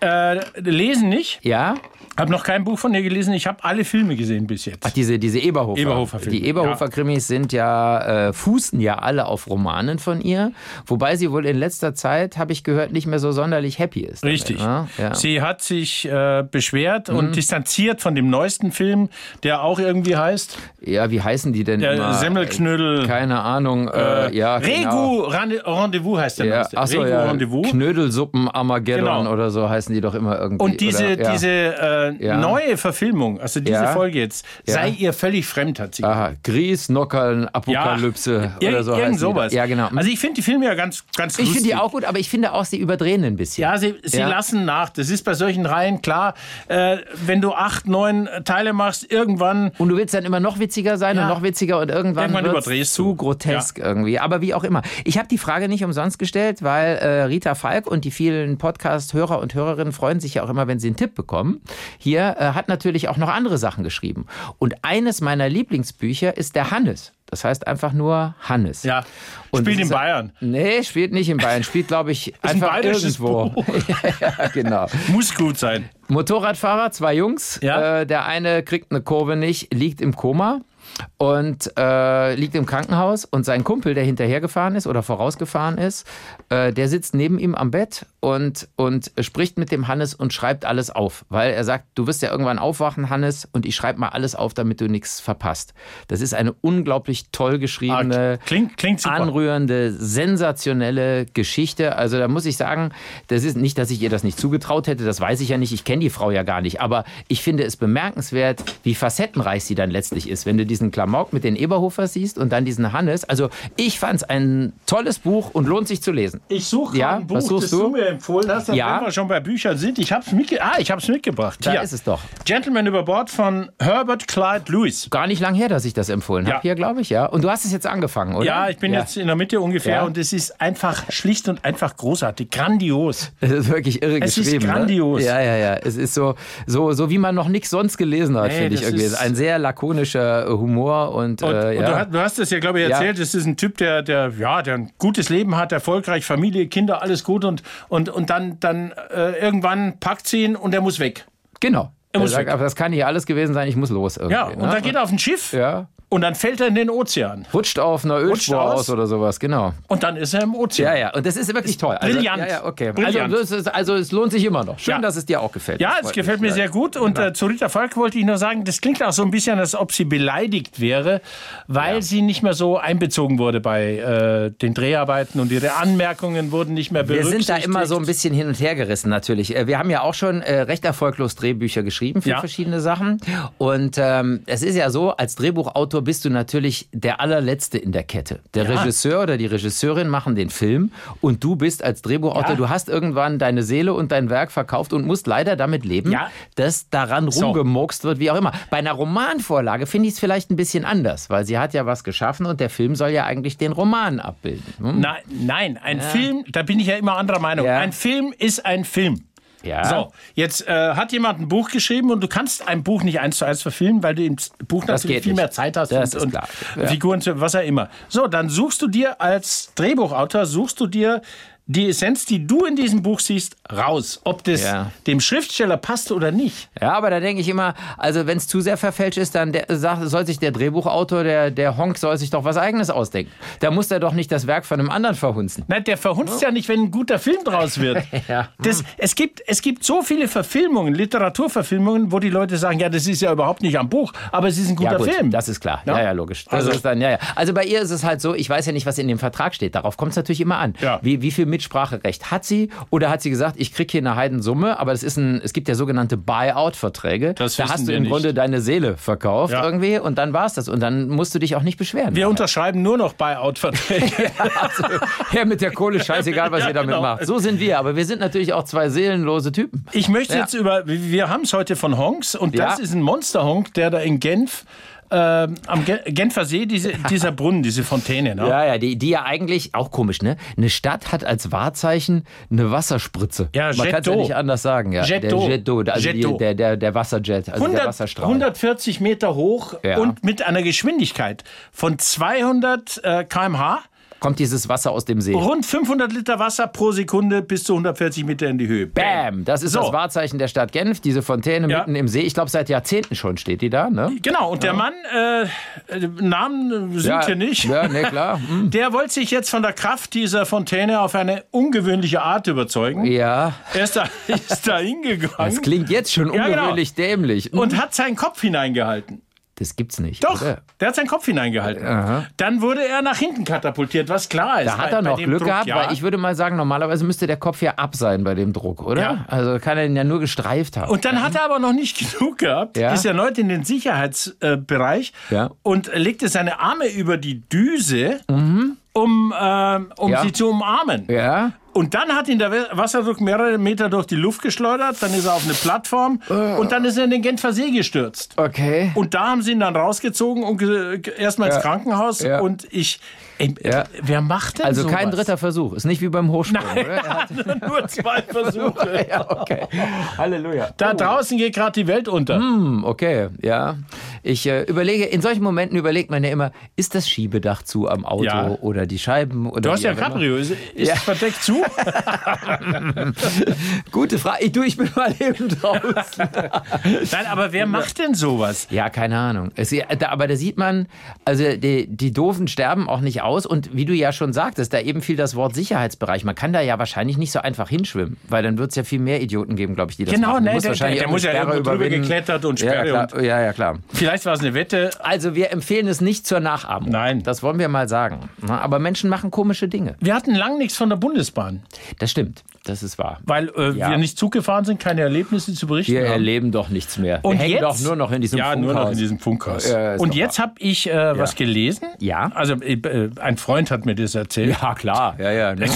Speaker 3: Äh, lesen nicht.
Speaker 2: Ja.
Speaker 3: Habe noch kein Buch von ihr gelesen. Ich habe alle Filme gesehen bis jetzt.
Speaker 2: Ach, diese, diese Eberhofer.
Speaker 3: Eberhofer-Filme,
Speaker 2: die Eberhofer-Krimis sind ja, äh, fußen ja alle auf Romanen von ihr. Wobei sie wohl in letzter Zeit, habe ich gehört, nicht mehr so sonderlich happy ist. damit,
Speaker 3: Richtig.
Speaker 2: ne? Ja. Mhm.
Speaker 3: Sie hat sich äh, beschwert und distanziert von dem neuesten Film, der auch irgendwie heißt
Speaker 2: ja, wie heißen die denn?
Speaker 3: äh,
Speaker 2: immer?
Speaker 3: Semmelknödel.
Speaker 2: Keine Ahnung. Äh, ja, genau.
Speaker 3: Regu Rande- Rendezvous heißt der
Speaker 2: Ja,
Speaker 3: neueste.
Speaker 2: achso,
Speaker 3: Regu
Speaker 2: ja.
Speaker 3: Rendezvous.
Speaker 2: Knödelsuppen Armageddon
Speaker 3: Genau.
Speaker 2: oder so heißen die doch immer irgendwie.
Speaker 3: Und diese,
Speaker 2: oder, ja.
Speaker 3: diese äh,
Speaker 2: Ja.
Speaker 3: neue Verfilmung, also diese
Speaker 2: Ja.
Speaker 3: Folge jetzt, sei ihr völlig fremd, hat sie gesagt.
Speaker 2: Aha, Grieß, Nockern, Apokalypse
Speaker 3: Ir-
Speaker 2: oder so. heißen
Speaker 3: irgend
Speaker 2: die
Speaker 3: sowas.
Speaker 2: das. Ja, genau.
Speaker 3: Also ich finde die Filme ja ganz, ganz
Speaker 2: ich
Speaker 3: lustig.
Speaker 2: finde die auch gut, aber ich finde auch, sie überdrehen ein bisschen.
Speaker 3: Ja, sie, sie
Speaker 2: Ja.
Speaker 3: lassen nach. Das ist bei solchen Reihen klar. Äh, wenn du acht, neun Teile machst, irgendwann
Speaker 2: Und du willst dann immer noch witziger sein
Speaker 3: Ja.
Speaker 2: und noch witziger und irgendwann,
Speaker 3: Irgendwann
Speaker 2: wird's
Speaker 3: überdrehst
Speaker 2: zu
Speaker 3: du.
Speaker 2: grotesk irgendwie. Aber wie auch immer. Ich habe die Frage nicht umsonst gestellt, weil äh, Rita Falk und die vielen Podcast-Hörer und Hörerinnen freuen sich ja auch immer, wenn sie einen Tipp bekommen. Hier äh, hat natürlich auch noch andere Sachen geschrieben. Und eines meiner Lieblingsbücher ist der Hannes. Das heißt einfach nur Hannes.
Speaker 3: Ja.
Speaker 2: Und
Speaker 3: Spielt
Speaker 2: es
Speaker 3: in
Speaker 2: ist-
Speaker 3: Bayern.
Speaker 2: Nee, spielt nicht in Bayern. Spielt, glaube ich,
Speaker 3: ein
Speaker 2: einfach
Speaker 3: bayerisches
Speaker 2: irgendwo.
Speaker 3: Buch.
Speaker 2: ja, genau.
Speaker 3: muss gut sein.
Speaker 2: Motorradfahrer, zwei Jungs.
Speaker 3: Ja.
Speaker 2: Äh, der eine kriegt eine Kurve nicht, liegt im Koma und äh, liegt im Krankenhaus. Und sein Kumpel, der hinterhergefahren ist oder vorausgefahren ist, äh, der sitzt neben ihm am Bett und, und spricht mit dem Hannes und schreibt alles auf. Weil er sagt, du wirst ja irgendwann aufwachen, Hannes, und ich schreibe mal alles auf, damit du nichts verpasst. Das ist eine unglaublich toll geschriebene,
Speaker 3: Klingt, klingt super.
Speaker 2: anrührende, sensationelle Geschichte. Also da muss ich sagen, das ist nicht, dass ich ihr das nicht zugetraut hätte, das weiß ich ja nicht, ich kenne die Frau ja gar nicht, aber ich finde es bemerkenswert, wie facettenreich sie dann letztlich ist, wenn du diesen Klamauk mit den Eberhofers siehst und dann diesen Hannes. Also ich fand es ein tolles Buch und lohnt sich zu lesen.
Speaker 3: Ich suche
Speaker 2: Ja,
Speaker 3: ein Buch,
Speaker 2: was suchst
Speaker 3: das du?
Speaker 2: du?
Speaker 3: mir empfohlen hast,
Speaker 2: Ja.
Speaker 3: wenn wir schon bei Büchern sind. Ich hab's mitge ah, ich hab's mitgebracht.
Speaker 2: Da ist es doch.
Speaker 3: Gentleman über Bord von Herbert Clyde Lewis.
Speaker 2: Gar nicht lang her, dass ich das empfohlen
Speaker 3: Ja.
Speaker 2: habe hier, glaube ich, ja. Und du hast es jetzt angefangen, oder?
Speaker 3: Ja, ich bin jetzt in der Mitte ungefähr
Speaker 2: Ja.
Speaker 3: und es ist einfach schlicht und einfach großartig, grandios.
Speaker 2: Es ist wirklich irre
Speaker 3: Es ist
Speaker 2: geschrieben.
Speaker 3: grandios.
Speaker 2: Ne? Ja, ja, ja. Es ist so, so, so wie man noch nichts sonst gelesen hat,
Speaker 3: Nee,
Speaker 2: finde ich
Speaker 3: das
Speaker 2: irgendwie.
Speaker 3: ist-
Speaker 2: Ein sehr lakonischer äh, Humor und,
Speaker 3: Und,
Speaker 2: äh,
Speaker 3: und du,
Speaker 2: ja.
Speaker 3: hast, du hast es ja, glaube ich,
Speaker 2: Ja.
Speaker 3: erzählt. Das ist ein Typ, der, der, ja, der ein gutes Leben hat, erfolgreich, Familie, Kinder, alles gut. Und, und, und dann, dann äh, irgendwann packt sie ihn und er muss weg.
Speaker 2: genau. Er
Speaker 3: Er muss
Speaker 2: sagt,
Speaker 3: weg.
Speaker 2: aber das kann hier alles gewesen sein, ich muss los irgendwie.
Speaker 3: Ja, und
Speaker 2: ne?
Speaker 3: dann geht er auf ein Schiff
Speaker 2: ja.
Speaker 3: Und dann fällt er in den Ozean.
Speaker 2: Rutscht auf einer
Speaker 3: Rutscht
Speaker 2: Ölspur
Speaker 3: aus.
Speaker 2: aus oder sowas, genau.
Speaker 3: Und dann ist er im Ozean.
Speaker 2: Ja, ja, und das ist wirklich toll.
Speaker 3: brillant.
Speaker 2: Also, ja, ja, okay.
Speaker 3: Brillant.
Speaker 2: Also, das ist, also es lohnt sich immer noch. Schön,
Speaker 3: Ja.
Speaker 2: dass es dir auch gefällt.
Speaker 3: Ja,
Speaker 2: Das
Speaker 3: es
Speaker 2: freut
Speaker 3: gefällt
Speaker 2: mich. Genau.
Speaker 3: mir sehr gut. Und äh, zu Rita Falk wollte ich nur sagen, das klingt auch so ein bisschen, als ob sie beleidigt wäre, weil sie nicht mehr so einbezogen wurde bei äh, den Dreharbeiten und ihre Anmerkungen wurden nicht mehr
Speaker 2: Wir
Speaker 3: berücksichtigt.
Speaker 2: sind da immer so ein bisschen hin und her gerissen natürlich. Äh, Wir haben ja auch schon äh, recht erfolglos Drehbücher geschrieben für
Speaker 3: Ja.
Speaker 2: verschiedene Sachen. Und ähm, es ist ja so, als Drehbuchautor bist du natürlich der allerletzte in der Kette. Der Regisseur oder die Regisseurin machen den Film und du bist als Drehbuchautor,
Speaker 3: Ja.
Speaker 2: du hast irgendwann deine Seele und dein Werk verkauft und musst leider damit leben,
Speaker 3: Ja.
Speaker 2: dass daran rumgemokst wird, wie auch immer. Bei einer Romanvorlage finde ich es vielleicht ein bisschen anders, weil sie hat ja was geschaffen und der Film soll ja eigentlich den Roman abbilden. Hm?
Speaker 3: Nein, nein, ein Film, da bin ich ja immer anderer Meinung.
Speaker 2: Ja.
Speaker 3: Ein Film ist ein Film.
Speaker 2: Ja.
Speaker 3: So, jetzt äh, hat jemand ein Buch geschrieben und du kannst ein Buch nicht eins zu eins verfilmen, weil du im Z- Buch natürlich
Speaker 2: geht
Speaker 3: viel
Speaker 2: nicht.
Speaker 3: mehr Zeit hast
Speaker 2: Das
Speaker 3: und,
Speaker 2: ist
Speaker 3: und
Speaker 2: klar. Ja.
Speaker 3: Figuren, zu- was auch immer. So, dann suchst du dir als Drehbuchautor, suchst du dir die Essenz, die du in diesem Buch siehst, raus. Ob das
Speaker 2: Ja.
Speaker 3: dem Schriftsteller passt oder nicht.
Speaker 2: Ja, aber da denke ich immer, also wenn es zu sehr verfälscht ist, dann der, sag, soll sich der Drehbuchautor, der, der Honk, soll sich doch was Eigenes ausdenken. Da muss der doch nicht das Werk von einem anderen verhunzen.
Speaker 3: Na, der verhunzt ja nicht, wenn ein guter Film draus wird.
Speaker 2: Ja.
Speaker 3: das, es, gibt, es gibt so viele Verfilmungen, Literaturverfilmungen, wo die Leute sagen, ja, das ist ja überhaupt nicht am Buch, aber es ist ein guter
Speaker 2: ja, gut,
Speaker 3: Film.
Speaker 2: das ist klar.
Speaker 3: Ja.
Speaker 2: Ja, ja, logisch. Das
Speaker 3: Also-
Speaker 2: also, ist dann, ja, ja. also bei ihr ist es halt so, ich weiß ja nicht, was in dem Vertrag steht. Darauf kommt es natürlich immer an.
Speaker 3: Ja.
Speaker 2: Wie, wie viel Mitspracherecht hat sie? Oder hat sie gesagt, ich krieg hier eine Heidensumme, aber es, ist ein, es gibt ja sogenannte Buyout-Verträge.
Speaker 3: Das
Speaker 2: Da
Speaker 3: wissen
Speaker 2: hast du
Speaker 3: wir
Speaker 2: im
Speaker 3: nicht.
Speaker 2: Grunde deine Seele verkauft
Speaker 3: Ja.
Speaker 2: irgendwie und dann war's das. Und dann musst du dich auch nicht beschweren.
Speaker 3: Wir unterschreiben nur noch Buyout-Verträge.
Speaker 2: Also, Her mit der Kohle, scheißegal, was
Speaker 3: Ja,
Speaker 2: ihr damit
Speaker 3: genau.
Speaker 2: macht. So sind wir, aber wir sind natürlich auch zwei seelenlose Typen.
Speaker 3: Ich möchte
Speaker 2: Ja.
Speaker 3: jetzt über, wir haben es heute von Honks und
Speaker 2: Ja.
Speaker 3: das ist ein Monsterhonk, der da in Genf, ähm, am Gen- Genfer See, diese, dieser Brunnen, diese Fontäne. Ne?
Speaker 2: Ja, ja, die, die ja eigentlich, auch komisch, ne? Eine Stadt hat als Wahrzeichen eine Wasserspritze.
Speaker 3: Ja,
Speaker 2: Man
Speaker 3: Jet
Speaker 2: kann es ja
Speaker 3: d'eau.
Speaker 2: nicht anders sagen, ja.
Speaker 3: Jet
Speaker 2: der
Speaker 3: d'eau.
Speaker 2: Jet d'eau, also
Speaker 3: Jet
Speaker 2: die,
Speaker 3: d'eau.
Speaker 2: der, der, der Wasserjet, also der
Speaker 3: 100,
Speaker 2: Wasserstrahl.
Speaker 3: 140 Meter hoch
Speaker 2: Ja.
Speaker 3: und mit einer Geschwindigkeit von 200 äh, km/h,
Speaker 2: Kommt dieses Wasser aus dem See.
Speaker 3: rund 500 Liter Wasser pro Sekunde bis zu 140 Meter in die Höhe.
Speaker 2: Bam! Das ist
Speaker 3: So.
Speaker 2: das Wahrzeichen der Stadt Genf, diese Fontäne
Speaker 3: Ja.
Speaker 2: mitten im See. Ich glaube, seit Jahrzehnten schon steht die da, ne?
Speaker 3: Genau, und der Mann, äh, äh, Namen sind
Speaker 2: ja,
Speaker 3: hier nicht.
Speaker 2: Ja, ne, klar. Hm.
Speaker 3: Der wollte sich jetzt von der Kraft dieser Fontäne auf eine ungewöhnliche Art überzeugen.
Speaker 2: Ja,
Speaker 3: Er ist da, ist da hingegangen
Speaker 2: das klingt jetzt schon
Speaker 3: Ja, genau.
Speaker 2: ungewöhnlich dämlich.
Speaker 3: und hat seinen Kopf hineingehalten.
Speaker 2: das gibt's nicht.
Speaker 3: Doch,
Speaker 2: Oder?
Speaker 3: der hat seinen Kopf hineingehalten. Dann wurde er nach hinten katapultiert, was klar ist.
Speaker 2: Da hat
Speaker 3: bei-
Speaker 2: er
Speaker 3: bei
Speaker 2: noch
Speaker 3: dem
Speaker 2: Glück
Speaker 3: Druck,
Speaker 2: gehabt,
Speaker 3: ja.
Speaker 2: weil ich würde mal sagen, normalerweise müsste der Kopf ja ab sein bei dem Druck, oder?
Speaker 3: Ja.
Speaker 2: Also kann er ihn ja nur gestreift haben.
Speaker 3: Und dann hat er aber noch nicht genug gehabt,
Speaker 2: Ja.
Speaker 3: ist erneut in den Sicherheitsbereich
Speaker 2: Ja.
Speaker 3: und legte seine Arme über die Düse, um, ähm, um
Speaker 2: Mhm. Ja.
Speaker 3: sie zu umarmen.
Speaker 2: ja?
Speaker 3: Und dann hat ihn der We- Wasserdruck mehrere Meter durch die Luft geschleudert, dann ist er auf eine Plattform
Speaker 2: Äh.
Speaker 3: und dann ist er in den Genfer See gestürzt.
Speaker 2: Okay.
Speaker 3: Und da haben sie ihn dann rausgezogen und ge- ge- erstmal ins Krankenhaus.
Speaker 2: Ja.
Speaker 3: Und ich. Ey,
Speaker 2: Ja.
Speaker 3: Wer macht denn
Speaker 2: Also
Speaker 3: sowas?
Speaker 2: kein dritter Versuch. Ist nicht wie beim Hochsprung, oder? Ja,
Speaker 3: Nur zwei Versuche.
Speaker 2: okay. Halleluja.
Speaker 3: Da draußen geht gerade die Welt unter.
Speaker 2: Oh. Hm, okay, ja. Ich äh, überlege, in solchen Momenten überlegt man ja immer, ist das Schiebedach zu am Auto
Speaker 3: Ja.
Speaker 2: oder die Scheiben oder
Speaker 3: Du hast
Speaker 2: wie
Speaker 3: ja ein
Speaker 2: auch immer.
Speaker 3: Cabrio. Ist, ist
Speaker 2: Ja.
Speaker 3: es verdeckt zu?
Speaker 2: Gute Frage. Ich, du, ich bin mal eben draußen.
Speaker 3: Nein, aber wer macht denn sowas?
Speaker 2: Ja, keine Ahnung. Es, da, aber da sieht man, also die, die Doofen sterben auch nicht aus. Und wie du ja schon sagtest, da eben fiel das Wort Sicherheitsbereich. Man kann da ja wahrscheinlich nicht so einfach hinschwimmen, weil dann wird es ja viel mehr Idioten geben, glaube ich, die das
Speaker 3: Genau,
Speaker 2: machen. Du
Speaker 3: ne,
Speaker 2: musst
Speaker 3: der-
Speaker 2: wahrscheinlich
Speaker 3: der- der muss ja
Speaker 2: irgendeine
Speaker 3: irgendwo
Speaker 2: Sperre
Speaker 3: drüber
Speaker 2: überwinden.
Speaker 3: geklettert und
Speaker 2: ja,
Speaker 3: Sperre
Speaker 2: ja, klar, ja, ja, klar.
Speaker 3: Vielleicht war es eine Wette.
Speaker 2: Also wir empfehlen es nicht zur Nachahmung.
Speaker 3: Nein.
Speaker 2: Das wollen wir mal sagen. Na, aber Menschen machen komische Dinge.
Speaker 3: Wir hatten lang nichts von der Bundesbahn,
Speaker 2: Das stimmt. Das ist wahr.
Speaker 3: weil äh,
Speaker 2: Ja.
Speaker 3: wir nicht Zug gefahren sind, keine Erlebnisse zu berichten
Speaker 2: Wir
Speaker 3: haben.
Speaker 2: erleben doch nichts mehr.
Speaker 3: Und
Speaker 2: wir hängen
Speaker 3: jetzt?
Speaker 2: doch nur noch in diesem
Speaker 3: ja, nur noch in
Speaker 2: Funkhaus.
Speaker 3: diesem Funkhaus.
Speaker 2: Ja, ist
Speaker 3: und
Speaker 2: doch
Speaker 3: jetzt habe ich äh, was gelesen.
Speaker 2: Ja.
Speaker 3: Also äh, ein Freund hat mir das erzählt.
Speaker 2: ja, klar. Ja, ja. Ne?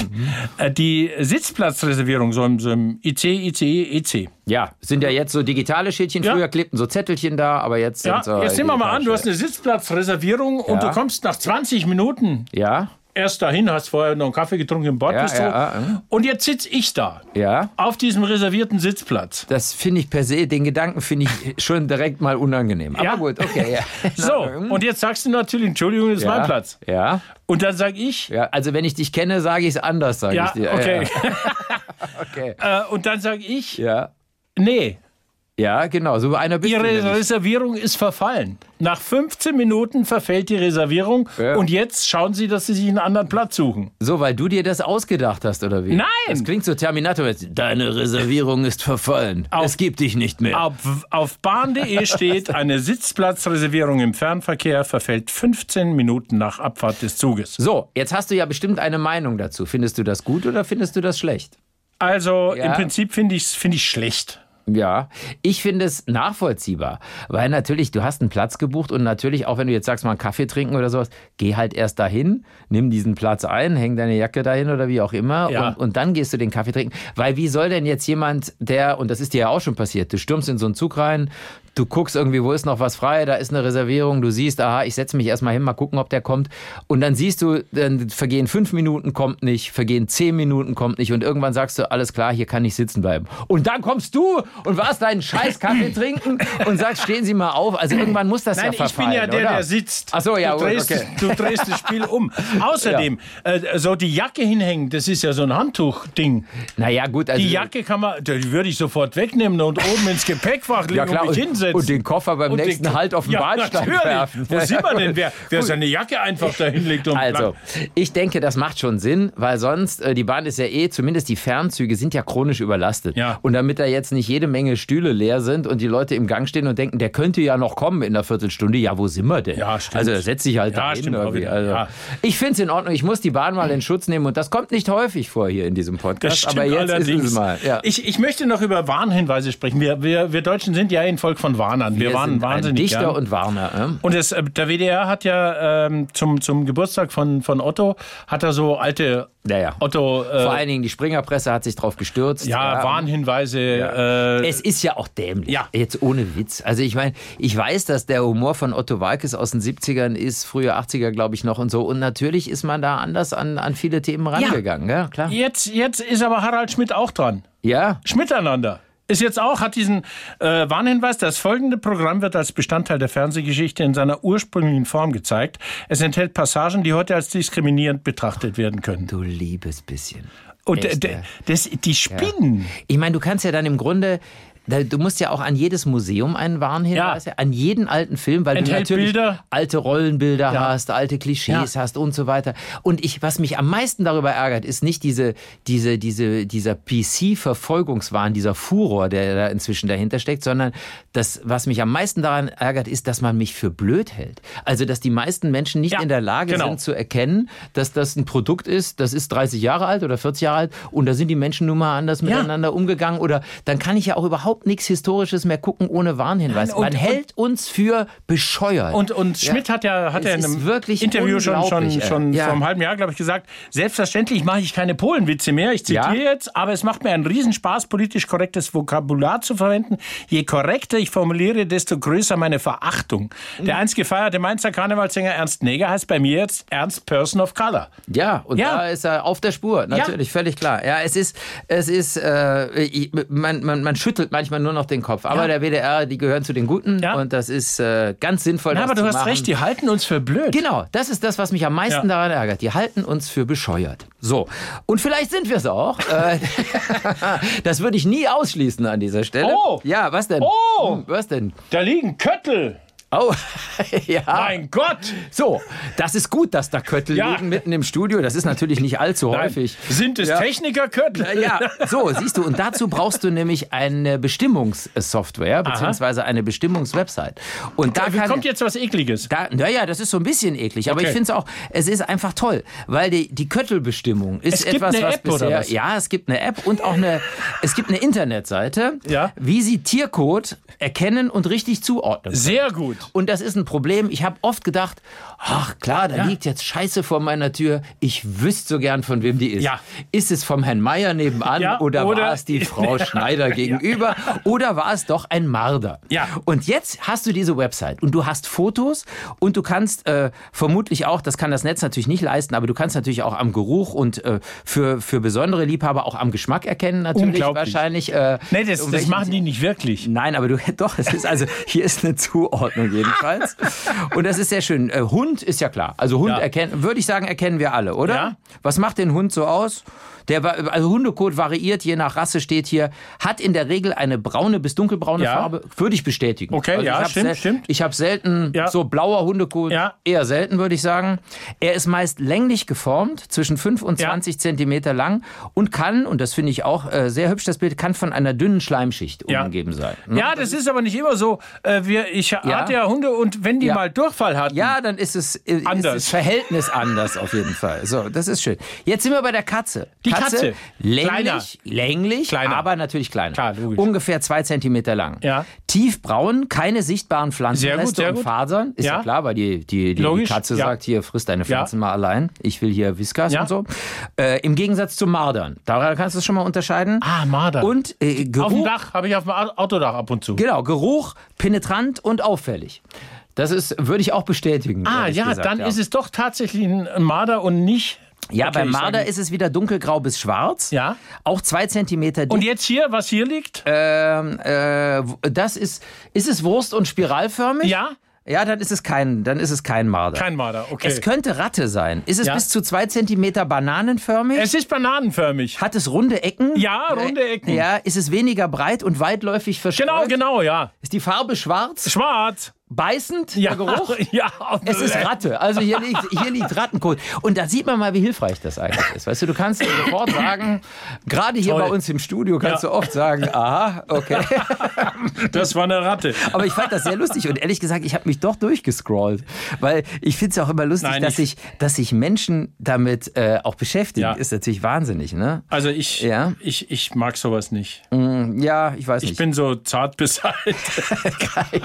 Speaker 3: Äh, Die Sitzplatzreservierung so im, so im IC, ICE, EC.
Speaker 2: Ja, sind ja jetzt so digitale Schildchen.
Speaker 3: Mhm. Ja.
Speaker 2: Früher klebten so Zettelchen da, aber jetzt
Speaker 3: Ja,
Speaker 2: sind so.
Speaker 3: jetzt nehmen wir mal an, du hast eine Sitzplatzreservierung und
Speaker 2: Ja.
Speaker 3: du kommst nach 20 Minuten
Speaker 2: Ja,
Speaker 3: erst dahin, hast vorher noch einen Kaffee getrunken im Bordbistro.
Speaker 2: Ja, ja, ja, ja.
Speaker 3: Und jetzt sitze ich da
Speaker 2: ja.
Speaker 3: auf diesem reservierten Sitzplatz.
Speaker 2: Das finde ich per se, den Gedanken finde ich schon direkt mal unangenehm. Aber
Speaker 3: Ja.
Speaker 2: gut, okay. Ja.
Speaker 3: So, und jetzt sagst du natürlich, Entschuldigung, das ist mein Platz.
Speaker 2: ähm. Ja,
Speaker 3: Und dann sage ich,
Speaker 2: ja. Also wenn ich dich kenne, sage ich es anders, sage ich
Speaker 3: ja,
Speaker 2: dir.
Speaker 3: okay.
Speaker 2: Ja, okay.
Speaker 3: Äh, und dann sage ich,
Speaker 2: Ja.
Speaker 3: nee,
Speaker 2: Ja, genau, so einer bist du
Speaker 3: Ihre
Speaker 2: nämlich.
Speaker 3: Reservierung ist verfallen. Nach 15 Minuten verfällt die Reservierung
Speaker 2: Ja.
Speaker 3: und jetzt schauen Sie, dass Sie sich einen anderen Platz suchen.
Speaker 2: So, weil du dir das ausgedacht hast, oder wie?
Speaker 3: Nein!
Speaker 2: Das klingt so Terminator jetzt. Deine Reservierung ist verfallen. es gibt dich nicht mehr.
Speaker 3: Auf, auf bahn.de steht, eine Sitzplatzreservierung im Fernverkehr verfällt 15 Minuten nach Abfahrt des Zuges.
Speaker 2: So, jetzt hast du ja bestimmt eine Meinung dazu. Findest du das gut oder findest du das schlecht?
Speaker 3: Also
Speaker 2: Ja.
Speaker 3: im Prinzip finde ich es find ich schlecht.
Speaker 2: Ja, ich finde es nachvollziehbar, weil natürlich, du hast einen Platz gebucht und natürlich, auch wenn du jetzt sagst, mal einen Kaffee trinken oder sowas, geh halt erst dahin, nimm diesen Platz ein, häng deine Jacke dahin oder wie auch immer
Speaker 3: Ja.
Speaker 2: und, und dann gehst du den Kaffee trinken. Weil wie soll denn jetzt jemand, der, und das ist dir ja auch schon passiert, du stürmst in so einen Zug rein, du guckst irgendwie, wo ist noch was frei, da ist eine Reservierung, du siehst, aha, ich setze mich erstmal hin, mal gucken, ob der kommt. Und dann siehst du, dann vergehen fünf Minuten, kommt nicht, vergehen zehn Minuten, kommt nicht. Und irgendwann sagst du, alles klar, hier kann ich sitzen bleiben. Und dann kommst du und warst deinen scheiß Kaffee trinken und sagst, stehen Sie mal auf. Also irgendwann muss das ja
Speaker 3: Nein, ich
Speaker 2: verfallen,
Speaker 3: bin ja der,
Speaker 2: oder?
Speaker 3: der sitzt.
Speaker 2: Ach so, ja,
Speaker 3: du
Speaker 2: gut,
Speaker 3: drehst,
Speaker 2: okay.
Speaker 3: du drehst das Spiel um. Außerdem, äh, so die Jacke hinhängen, das ist ja so ein Handtuch-Ding.
Speaker 2: Naja, gut. Also,
Speaker 3: Die Jacke kann man, die würde ich sofort wegnehmen und oben ins Gepäckfach legen
Speaker 2: ja, klar,
Speaker 3: und mich
Speaker 2: und,
Speaker 3: hinsetzen.
Speaker 2: und den Koffer beim
Speaker 3: Und den-
Speaker 2: nächsten Halt auf den
Speaker 3: ja,
Speaker 2: Bahnsteig
Speaker 3: natürlich.
Speaker 2: werfen.
Speaker 3: Wo
Speaker 2: Ja,
Speaker 3: sieht man
Speaker 2: gut.
Speaker 3: denn, wer, wer
Speaker 2: Gut.
Speaker 3: seine Jacke einfach da hinlegt? und
Speaker 2: Also,
Speaker 3: blank-
Speaker 2: ich denke, das macht schon Sinn, weil sonst, äh, die Bahn ist ja eh, zumindest die Fernzüge sind ja chronisch überlastet.
Speaker 3: Ja.
Speaker 2: Und damit da jetzt nicht jede Menge Stühle leer sind und die Leute im Gang stehen und denken, der könnte ja noch kommen in der Viertelstunde, ja, wo sind wir denn?
Speaker 3: Ja, stimmt.
Speaker 2: Also, setz dich halt
Speaker 3: Ja,
Speaker 2: da hin
Speaker 3: stimmt auch
Speaker 2: irgendwie.
Speaker 3: wieder.
Speaker 2: Also,
Speaker 3: Ja.
Speaker 2: Ich finde es in Ordnung, ich muss die Bahn mal in Schutz nehmen und das kommt nicht häufig vor hier in diesem
Speaker 3: Das
Speaker 2: Podcast,
Speaker 3: stimmt
Speaker 2: aber jetzt
Speaker 3: allerdings.
Speaker 2: ist es mal. Ja.
Speaker 3: ich, ich möchte noch über Warnhinweise sprechen. Wir, wir, wir Deutschen sind ja ein Volk von Warnern. Wir,
Speaker 2: Wir
Speaker 3: warnen
Speaker 2: sind ein
Speaker 3: wahnsinnig
Speaker 2: Dichter
Speaker 3: gern.
Speaker 2: und Warner. Ne?
Speaker 3: Und das, äh, der WDR hat ja ähm, zum, zum Geburtstag von, von Otto, hat er so alte
Speaker 2: Ja, ja.
Speaker 3: Otto, äh,
Speaker 2: Vor allen Dingen die Springerpresse hat sich drauf gestürzt. Ähm,
Speaker 3: ja, Warnhinweise. Äh,
Speaker 2: Es ist ja auch dämlich.
Speaker 3: Ja.
Speaker 2: Jetzt ohne Witz. Also ich meine, ich weiß, dass der Humor von Otto Walkes aus den 70ern ist, frühe 80er glaube ich noch und so. Und natürlich ist man da anders an, an viele Themen rangegangen. Ja, klar.
Speaker 3: jetzt, jetzt ist aber Harald Schmidt auch dran.
Speaker 2: Ja.
Speaker 3: Schmiteinander. Ist jetzt auch, hat diesen äh, Warnhinweis, das folgende Programm wird als Bestandteil der Fernsehgeschichte in seiner ursprünglichen Form gezeigt. Es enthält Passagen, die heute als diskriminierend betrachtet werden können.
Speaker 2: Du liebes bisschen.
Speaker 3: Und
Speaker 2: Echt,
Speaker 3: d-
Speaker 2: ja.
Speaker 3: d- das, die Spinnen.
Speaker 2: Ich meine, du kannst ja dann im Grunde, da- du musst ja auch an jedes Museum einen Warnhinweis,
Speaker 3: Ja.
Speaker 2: an jeden alten Film, weil
Speaker 3: Enthält
Speaker 2: du natürlich
Speaker 3: Bilder.
Speaker 2: alte Rollenbilder
Speaker 3: Ja.
Speaker 2: hast, alte Klischees hast und so weiter. Und ich, was mich am meisten darüber ärgert, ist nicht diese, diese, diese, dieser PC-Verfolgungswahn, dieser Furor, der da inzwischen dahinter steckt, sondern das, was mich am meisten daran ärgert, ist, dass man mich für blöd hält. Also, dass die meisten Menschen nicht
Speaker 3: Ja,
Speaker 2: in der Lage
Speaker 3: genau.
Speaker 2: sind, zu erkennen, dass das ein Produkt ist, das ist 30 Jahre alt oder 40 Jahre alt und da sind die Menschen nun mal anders miteinander umgegangen oder dann kann ich ja auch überhaupt nichts Historisches mehr gucken ohne Warnhinweis.
Speaker 3: Nein, und-
Speaker 2: Man hält uns für bescheuert.
Speaker 3: Und, und Schmidt hat ja, hat
Speaker 2: Es
Speaker 3: ja in
Speaker 2: ist
Speaker 3: einem
Speaker 2: wirklich
Speaker 3: Interview schon, schon,
Speaker 2: unglaublich, ey.
Speaker 3: schon
Speaker 2: Ja.
Speaker 3: vor einem halben Jahr, glaube ich, gesagt, selbstverständlich mache ich keine Polenwitze mehr, ich zitiere
Speaker 2: Ja.
Speaker 3: jetzt, aber es macht mir einen Riesenspaß, politisch korrektes Vokabular zu verwenden. Je korrekter ich formuliere, desto größer meine Verachtung.
Speaker 2: Mhm.
Speaker 3: Der einst gefeierte Mainzer Karnevalsänger Ernst Neger heißt bei mir jetzt Ernst Person of Color.
Speaker 2: Ja, und
Speaker 3: Ja.
Speaker 2: da ist er auf der Spur, natürlich, völlig klar. Ja, es ist, es ist, äh, ich- man, man, man schüttelt manchmal nur noch den Kopf. Aber der WDR, die gehören zu den Guten
Speaker 3: Ja.
Speaker 2: und das ist äh, ganz sinnvoll.
Speaker 3: Ja,
Speaker 2: das
Speaker 3: aber du
Speaker 2: zu
Speaker 3: hast
Speaker 2: machen.
Speaker 3: recht, die halten uns für blöd.
Speaker 2: Genau, das ist das, was mich am meisten
Speaker 3: Ja.
Speaker 2: daran ärgert. Die halten uns für bescheuert. So, und vielleicht sind wir es auch. Äh, das würde ich nie ausschließen an dieser Stelle.
Speaker 3: Oh.
Speaker 2: Ja, was denn?
Speaker 3: Oh.
Speaker 2: Hm, Was denn?
Speaker 3: Da liegen Köttel.
Speaker 2: Oh, ja.
Speaker 3: Mein Gott.
Speaker 2: So, das ist gut, dass da Köttel
Speaker 3: Ja.
Speaker 2: liegen mitten im Studio. Das ist natürlich nicht allzu häufig.
Speaker 3: Sind es
Speaker 2: Ja. Äh,
Speaker 3: Techniker Köttel?
Speaker 2: Ja, so, siehst du, und dazu brauchst du nämlich eine Bestimmungssoftware, beziehungsweise eine Bestimmungswebsite. Und da kann,
Speaker 3: Kommt jetzt was ekliges.
Speaker 2: da, naja, das ist so ein bisschen eklig, aber
Speaker 3: Okay.
Speaker 2: ich finde es auch, es ist einfach toll, weil die, die Köttelbestimmung ist
Speaker 3: Es gibt
Speaker 2: etwas,
Speaker 3: eine
Speaker 2: was
Speaker 3: App oder
Speaker 2: bisher,
Speaker 3: was?
Speaker 2: ja, es gibt eine App und auch eine, es gibt eine Internetseite,
Speaker 3: Ja.
Speaker 2: wie sie Tiercode erkennen und richtig zuordnen.
Speaker 3: Sehr gut.
Speaker 2: Und das ist ein Problem. Ich habe oft gedacht, ach klar, da liegt jetzt Scheiße vor meiner Tür. Ich wüsste so gern, von wem die ist.
Speaker 3: Ja.
Speaker 2: Ist es vom Herrn Meier nebenan
Speaker 3: Ja,
Speaker 2: oder,
Speaker 3: oder-
Speaker 2: war es die Frau Schneider gegenüber oder war es doch ein Marder?
Speaker 3: Ja.
Speaker 2: Und jetzt hast du diese Website und du hast Fotos und du kannst äh, vermutlich auch, das kann das Netz natürlich nicht leisten, aber du kannst natürlich auch am Geruch und äh, für, für besondere Liebhaber auch am Geschmack erkennen natürlich
Speaker 3: Unglaublich.
Speaker 2: wahrscheinlich. Äh,
Speaker 3: Nee, das,
Speaker 2: um
Speaker 3: das
Speaker 2: welchen-
Speaker 3: machen die nicht wirklich.
Speaker 2: Nein, aber du, doch, es ist also, hier ist eine Zuordnung jedenfalls. Und das ist sehr schön. Äh, Hund ist ja klar. Also Hund
Speaker 3: Ja.
Speaker 2: erkennen, würde ich sagen, erkennen wir alle, oder?
Speaker 3: Ja.
Speaker 2: Was macht den Hund so aus? Der war, also Hundekot variiert je nach Rasse steht hier, hat in der Regel eine braune bis dunkelbraune
Speaker 3: Ja.
Speaker 2: Farbe. Würde ich bestätigen. Also
Speaker 3: Okay, ja,
Speaker 2: ich hab
Speaker 3: stimmt,
Speaker 2: sel-
Speaker 3: stimmt.
Speaker 2: Ich habe selten
Speaker 3: Ja.
Speaker 2: so blauer Hundekot,
Speaker 3: Ja.
Speaker 2: eher selten würde ich sagen. Er ist meist länglich geformt, zwischen 5 und 20 Zentimeter lang und kann, und das finde ich auch äh, sehr hübsch, das Bild, kann von einer dünnen Schleimschicht
Speaker 3: Ja.
Speaker 2: umgeben sein.
Speaker 3: Ja, das ist aber nicht immer so. Äh, wir, ich hatte ja Hunde und wenn die
Speaker 2: Ja.
Speaker 3: mal Durchfall hatten,
Speaker 2: Ja, dann ist es äh,
Speaker 3: Anders.
Speaker 2: Ist das Verhältnis anders auf jeden Fall. So, das ist schön. Jetzt sind wir bei der Katze.
Speaker 3: Die Katze.
Speaker 2: Länglich, länglich,
Speaker 3: Kleiner.
Speaker 2: aber natürlich kleiner.
Speaker 3: Klar, logisch.
Speaker 2: Ungefähr zwei Zentimeter lang.
Speaker 3: Ja.
Speaker 2: Tiefbraun, keine sichtbaren
Speaker 3: Sehr gut,
Speaker 2: Pflanzenreste
Speaker 3: sehr
Speaker 2: und
Speaker 3: gut.
Speaker 2: Fasern. Ist ja,
Speaker 3: Ja.
Speaker 2: klar, weil die, die, die, die
Speaker 3: Logisch,
Speaker 2: Katze
Speaker 3: ja.
Speaker 2: sagt, hier frisst deine Pflanzen mal allein. Ich will hier Whiskas
Speaker 3: Ja.
Speaker 2: und so. Äh, Im Gegensatz zu Mardern. Daran kannst du es schon mal unterscheiden.
Speaker 3: Ah, Marder.
Speaker 2: Und äh, Geruch.
Speaker 3: auf dem Dach habe ich auf dem Au- Autodach ab und zu.
Speaker 2: Genau, Geruch, penetrant und auffällig. Das ist, würde ich auch bestätigen.
Speaker 3: ah,
Speaker 2: ehrlich
Speaker 3: ja,
Speaker 2: gesagt,
Speaker 3: dann ist es doch tatsächlich ein Marder und nicht.
Speaker 2: Ja,
Speaker 3: Okay,
Speaker 2: beim
Speaker 3: ich
Speaker 2: Marder
Speaker 3: sage-
Speaker 2: ist es wieder dunkelgrau bis schwarz.
Speaker 3: Ja.
Speaker 2: Auch zwei Zentimeter
Speaker 3: Und
Speaker 2: dick.
Speaker 3: jetzt hier, was hier liegt?
Speaker 2: Ähm, äh, das ist, ist es Wurst und spiralförmig?
Speaker 3: Ja.
Speaker 2: Ja, dann ist es kein, dann ist es kein Marder.
Speaker 3: Kein Marder, okay.
Speaker 2: Es könnte Ratte sein. Ist es
Speaker 3: Ja.
Speaker 2: bis zu zwei Zentimeter bananenförmig?
Speaker 3: es ist bananenförmig.
Speaker 2: Hat es runde Ecken?
Speaker 3: Äh, Ja, runde Ecken.
Speaker 2: Ja, ist es weniger breit und weitläufig verstreut?
Speaker 3: Genau, genau, ja.
Speaker 2: Ist die Farbe schwarz?
Speaker 3: Schwarz.
Speaker 2: Beißend?
Speaker 3: Ja,
Speaker 2: Der Geruch?
Speaker 3: Ja. äh,
Speaker 2: Es ist Ratte. Also hier liegt, hier liegt Rattenkot. Und da sieht man mal, wie hilfreich das eigentlich ist. Weißt du, du kannst sofort sagen, gerade hier
Speaker 3: Toll.
Speaker 2: bei uns im Studio kannst
Speaker 3: Ja.
Speaker 2: du oft sagen, aha, okay.
Speaker 3: Das war eine Ratte.
Speaker 2: Aber ich fand das sehr lustig und ehrlich gesagt, ich habe mich doch durchgescrollt. Weil ich finde es auch immer lustig,
Speaker 3: Nein,
Speaker 2: dass,
Speaker 3: ich-
Speaker 2: sich, dass sich Menschen damit äh, auch beschäftigen.
Speaker 3: Ja.
Speaker 2: Ist natürlich wahnsinnig, ne?
Speaker 3: Also ich,
Speaker 2: Ja.
Speaker 3: ich, ich mag sowas nicht.
Speaker 2: Ja, ich weiß
Speaker 3: Ich
Speaker 2: nicht.
Speaker 3: bin so zart beseitigt.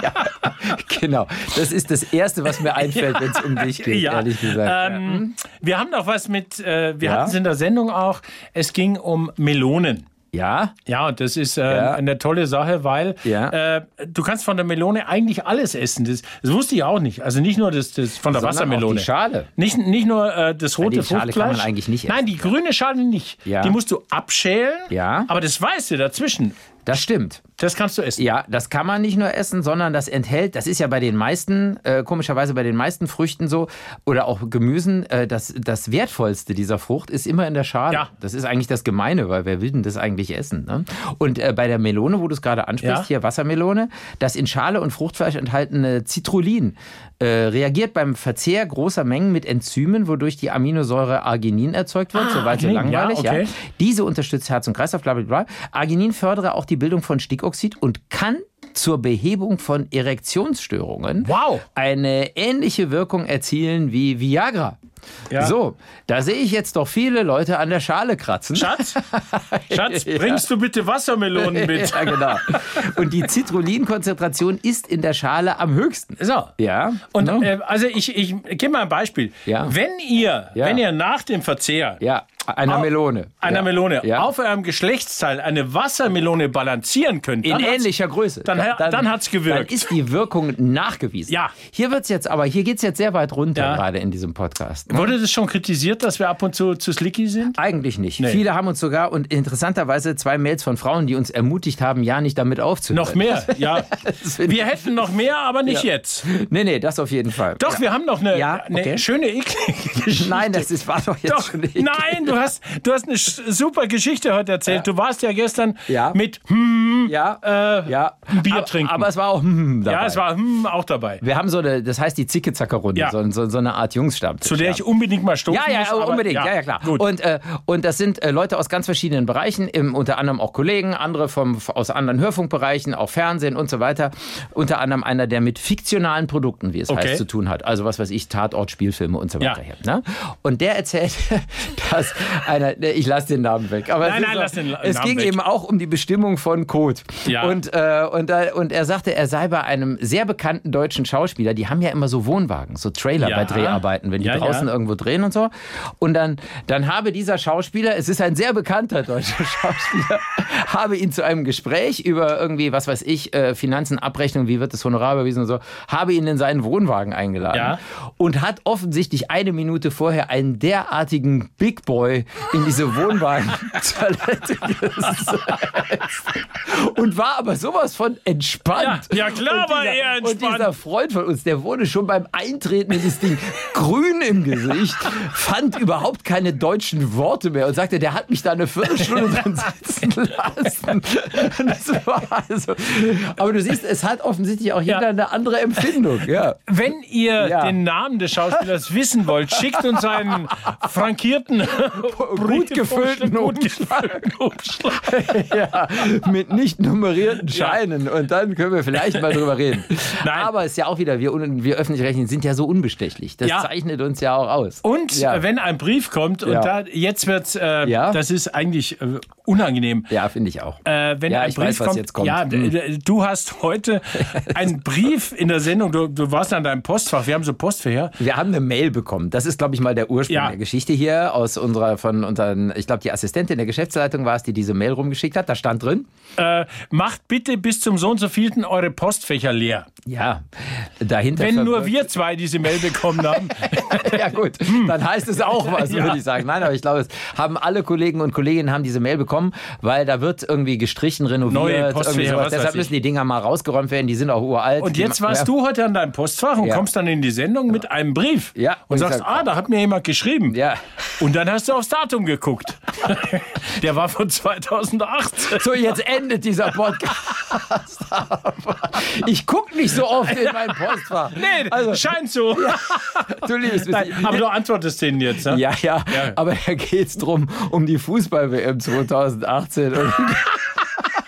Speaker 2: ja, genau. Das ist das Erste, was mir einfällt, wenn es um dich geht, ehrlich gesagt.
Speaker 3: Ähm, Wir haben noch was mit, äh, wir
Speaker 2: Ja.
Speaker 3: hatten es in der Sendung auch, es ging um Melonen.
Speaker 2: ja?
Speaker 3: Ja, und das ist äh,
Speaker 2: Ja.
Speaker 3: eine tolle Sache, weil
Speaker 2: Ja.
Speaker 3: äh, du kannst von der Melone eigentlich alles essen. Das, das wusste ich auch nicht. Also nicht nur das, das von der
Speaker 2: Sondern auch
Speaker 3: Wassermelone.
Speaker 2: die Schale.
Speaker 3: Nicht, nicht nur äh, das rote
Speaker 2: die Schale
Speaker 3: Fruchtfleisch.
Speaker 2: kann man eigentlich nicht essen.
Speaker 3: Nein, die grüne Schale nicht.
Speaker 2: Ja.
Speaker 3: Die musst du abschälen.
Speaker 2: Ja.
Speaker 3: Aber das Weiße dazwischen,
Speaker 2: Das stimmt.
Speaker 3: das kannst du essen.
Speaker 2: Ja, das kann man nicht nur essen, sondern das enthält, das ist ja bei den meisten, äh, komischerweise bei den meisten Früchten so oder auch Gemüsen, äh, das, das Wertvollste dieser Frucht ist immer in der Schale.
Speaker 3: Ja.
Speaker 2: Das ist eigentlich das Gemeine, weil wer will denn das eigentlich essen? Ne? Und äh, bei der Melone, wo du es gerade ansprichst,
Speaker 3: Ja.
Speaker 2: hier Wassermelone, das in Schale und Fruchtfleisch enthaltene Citrullin äh, reagiert beim Verzehr großer Mengen mit Enzymen, wodurch die Aminosäure Arginin erzeugt wird, soweit so
Speaker 3: Ah, Arginin, ja,
Speaker 2: langweilig.
Speaker 3: okay.
Speaker 2: ja. Diese unterstützt Herz und Kreislauf, bla bla bla. Arginin fördere auch die Bildung von Stickoxid und kann zur Behebung von Erektionsstörungen
Speaker 3: Wow.
Speaker 2: eine ähnliche Wirkung erzielen wie Viagra.
Speaker 3: Ja.
Speaker 2: So, da sehe ich jetzt doch viele Leute an der Schale kratzen.
Speaker 3: Schatz, Schatz, bringst du bitte Wassermelonen mit?
Speaker 2: ja, genau. Und die Citrullin-Konzentration ist in der Schale am höchsten.
Speaker 3: So.
Speaker 2: Ja.
Speaker 3: Und
Speaker 2: ne?
Speaker 3: äh, also ich, ich gebe mal ein Beispiel.
Speaker 2: Ja.
Speaker 3: Wenn ihr,
Speaker 2: Ja.
Speaker 3: wenn ihr nach dem Verzehr
Speaker 2: ja, einer
Speaker 3: Au-
Speaker 2: Melone.
Speaker 3: einer
Speaker 2: ja.
Speaker 3: Melone
Speaker 2: Ja.
Speaker 3: auf eurem Geschlechtsteil eine Wassermelone balancieren könnt,
Speaker 2: In
Speaker 3: dann hat's-
Speaker 2: ähnlicher Größe.
Speaker 3: dann ha- dann hat's gewirkt.
Speaker 2: Dann ist die Wirkung nachgewiesen.
Speaker 3: Ja.
Speaker 2: Hier wird's jetzt aber, hier geht's jetzt sehr weit runter,
Speaker 3: Ja.
Speaker 2: gerade in diesem Podcast.
Speaker 3: Wurde das schon kritisiert, dass wir ab und zu zu slicky sind?
Speaker 2: Eigentlich nicht. Viele haben uns sogar und interessanterweise zwei Mails von Frauen, die uns ermutigt haben, ja nicht damit aufzuhören.
Speaker 3: Noch mehr, ja.
Speaker 2: find
Speaker 3: Wir hätten noch mehr, aber nicht jetzt.
Speaker 2: Nee, nee, das auf jeden Fall.
Speaker 3: Doch, wir haben noch eine,
Speaker 2: Ja,
Speaker 3: eine
Speaker 2: okay.
Speaker 3: schöne eklige Geschichte.
Speaker 2: Nein, das ist, war doch jetzt
Speaker 3: Doch,
Speaker 2: schon eklig.
Speaker 3: nein, du hast, du hast eine sch- super Geschichte heute erzählt. Du warst ja gestern
Speaker 2: Ja.
Speaker 3: mit hm,
Speaker 2: Ja,
Speaker 3: äh,
Speaker 2: ja.
Speaker 3: ein Bier
Speaker 2: aber,
Speaker 3: trinken.
Speaker 2: Aber es war auch hm, dabei.
Speaker 3: ja, es war hm auch dabei.
Speaker 2: Wir haben so eine, das heißt die Zicke-Zacke-Runde,
Speaker 3: Ja.
Speaker 2: so, so, so eine Art Jungsstammtisch.
Speaker 3: Zu der
Speaker 2: ja.
Speaker 3: ich unbedingt mal stoßen
Speaker 2: Ja, ja,
Speaker 3: muss. aber-
Speaker 2: unbedingt, ja, ja, klar.
Speaker 3: Gut.
Speaker 2: Und, äh, und das sind äh, Leute aus ganz verschiedenen Bereichen, im, unter anderem auch Kollegen, andere vom, aus anderen Hörfunkbereichen, auch Fernsehen und so weiter. Unter anderem einer, der mit fiktionalen Produkten, wie es
Speaker 3: Okay.
Speaker 2: heißt, zu tun hat. Also was weiß ich, Tatort, Spielfilme und so
Speaker 3: Ja.
Speaker 2: weiter. Hier, ne? Und der erzählt, dass einer, ne, ich lasse den Namen weg. Aber es
Speaker 3: Nein,
Speaker 2: ist
Speaker 3: nein,
Speaker 2: so,
Speaker 3: lass den La-
Speaker 2: Es
Speaker 3: Namen
Speaker 2: ging
Speaker 3: weg.
Speaker 2: eben auch um die Bestimmung von Code.
Speaker 3: Ja.
Speaker 2: Und, äh, und, da- und er sagte, er sei bei einem sehr bekannten deutschen Schauspieler, die haben ja immer so Wohnwagen, so Trailer
Speaker 3: Ja.
Speaker 2: bei Dreharbeiten, wenn die
Speaker 3: Ja, ja.
Speaker 2: draußen irgendwo drehen und so. Und dann, dann habe dieser Schauspieler, es ist ein sehr bekannter deutscher Schauspieler, habe ihn zu einem Gespräch über irgendwie, was weiß ich, äh, Finanzen, Abrechnung, wie wird das Honorar überwiesen und so, habe ihn in seinen Wohnwagen eingeladen
Speaker 3: Ja.
Speaker 2: und hat offensichtlich eine Minute vorher einen derartigen Big Boy in diese Wohnwagen-Toilette gesetzt. und war aber sowas von entspannt.
Speaker 3: Ja, ja, klar
Speaker 2: und
Speaker 3: war er entspannt.
Speaker 2: Und dieser Freund von uns, der wurde schon beim Eintreten in das Ding grün im Gesicht, fand überhaupt keine deutschen Worte mehr und sagte, der hat mich da eine Viertelstunde dran sitzen lassen. Das war also, aber du siehst, es hat offensichtlich auch jeder
Speaker 3: Ja.
Speaker 2: eine andere Empfindung. Ja.
Speaker 3: Wenn ihr
Speaker 2: Ja.
Speaker 3: den Namen des Schauspielers wissen wollt, schickt uns einen frankierten,
Speaker 2: gut gefüllten
Speaker 3: gut gefüllten Umschlag.
Speaker 2: ja, mit nicht nummerierten Scheinen. Und dann können wir vielleicht mal drüber reden.
Speaker 3: Nein.
Speaker 2: Aber es ist ja auch wieder, wir, un- wir öffentlich-rechtlichen sind ja so unbestechlich. Das
Speaker 3: Ja.
Speaker 2: zeichnet uns ja auch aus.
Speaker 3: Und
Speaker 2: ja.
Speaker 3: wenn ein Brief kommt, und
Speaker 2: Ja.
Speaker 3: da, jetzt wird's, äh,
Speaker 2: Ja.
Speaker 3: das ist eigentlich äh, unangenehm.
Speaker 2: Ja, finde ich auch.
Speaker 3: Äh, wenn
Speaker 2: Ja,
Speaker 3: ein
Speaker 2: ich
Speaker 3: Brief
Speaker 2: weiß, was
Speaker 3: kommt,
Speaker 2: jetzt kommt.
Speaker 3: Ja,
Speaker 2: Hm.
Speaker 3: d- d- du hast heute einen Brief in der Sendung. Du, du warst an deinem Postfach. Wir haben so Postfächer.
Speaker 2: Wir haben eine Mail bekommen. Das ist, glaube ich, mal der Ursprung
Speaker 3: Ja.
Speaker 2: der Geschichte hier aus unserer von unseren, ich glaube, die Assistentin der Geschäftsleitung war es, die diese Mail rumgeschickt hat. Da stand drin.
Speaker 3: Äh, macht bitte bis zum so und so vielten eure Postfächer leer.
Speaker 2: Ja, dahinter.
Speaker 3: Wenn nur
Speaker 2: verbirgt-
Speaker 3: wir zwei diese Mail bekommen haben.
Speaker 2: ja gut, dann heißt es auch was,
Speaker 3: Hm. Ja.
Speaker 2: würde ich sagen. Nein, aber ich glaube, es haben alle Kollegen und Kolleginnen haben diese Mail bekommen, weil da wird irgendwie gestrichen,
Speaker 3: Neue
Speaker 2: renoviert,
Speaker 3: Postfächer,
Speaker 2: irgendwie sowas.
Speaker 3: was weiß
Speaker 2: Deshalb
Speaker 3: ich.
Speaker 2: müssen die Dinger mal rausgeräumt werden, die sind auch uralt.
Speaker 3: Und
Speaker 2: Die
Speaker 3: jetzt
Speaker 2: ma-
Speaker 3: warst
Speaker 2: ja.
Speaker 3: du heute an deinem Postfach und
Speaker 2: Ja.
Speaker 3: kommst dann in die Sendung mit einem Brief.
Speaker 2: Ja,
Speaker 3: Und,
Speaker 2: und ich
Speaker 3: sagst,
Speaker 2: sag-
Speaker 3: ah, da hat mir jemand geschrieben.
Speaker 2: Ja.
Speaker 3: Und dann hast du aufs Datum geguckt. Der war von 2008.
Speaker 2: So, jetzt endet dieser Podcast. ich gucke nicht so oft in mein Postfach. Also,
Speaker 3: Nee, scheint so.
Speaker 2: du liebst mich.
Speaker 3: Nein, aber du antwortest denen jetzt, ne?
Speaker 2: Ja, ja,
Speaker 3: Ja.
Speaker 2: aber da geht's drum, um die Fußball-WM 2018. Und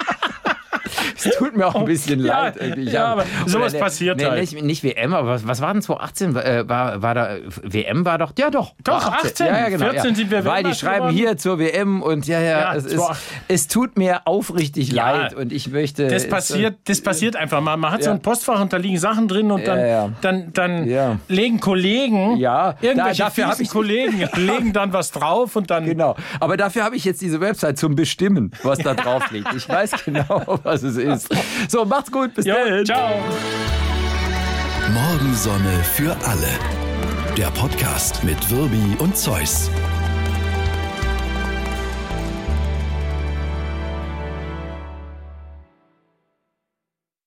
Speaker 2: Es tut mir auch ein bisschen
Speaker 3: Ja,
Speaker 2: leid. irgendwie. Ich
Speaker 3: ja,
Speaker 2: habe-
Speaker 3: aber sowas
Speaker 2: oder, ne,
Speaker 3: passiert
Speaker 2: nee,
Speaker 3: halt.
Speaker 2: Nicht, nicht WM, aber was, was war denn 2018? Äh, War, war da, WM war doch, ja doch.
Speaker 3: Doch,
Speaker 2: war
Speaker 3: 18.
Speaker 2: Ja, ja, genau.
Speaker 3: 14
Speaker 2: ja.
Speaker 3: sind wir
Speaker 2: Weil die
Speaker 3: Weltmeister
Speaker 2: schreiben
Speaker 3: geworden.
Speaker 2: hier zur WM und ja, ja,
Speaker 3: Ja,
Speaker 2: es, ist,
Speaker 3: 2008.
Speaker 2: es tut mir aufrichtig
Speaker 3: Ja,
Speaker 2: leid und ich möchte...
Speaker 3: Das
Speaker 2: es-
Speaker 3: passiert, das passiert einfach mal. Man hat so
Speaker 2: äh, Ja.
Speaker 3: ein Postfach und da liegen Sachen drin und dann,
Speaker 2: Ja, ja.
Speaker 3: dann, dann
Speaker 2: Ja.
Speaker 3: legen Kollegen,
Speaker 2: Ja,
Speaker 3: irgendwelche
Speaker 2: da- dafür hab
Speaker 3: fiesen
Speaker 2: ich-
Speaker 3: Kollegen legen dann was drauf und dann
Speaker 2: Genau. Aber dafür habe ich jetzt diese Website zum Bestimmen, was da drauf liegt. Ich weiß genau, was es ist. So, macht's gut. Bis
Speaker 3: Jo,
Speaker 2: dann.
Speaker 3: ciao.
Speaker 1: Morgensonne für alle. Der Podcast mit Wirbi und Zeus.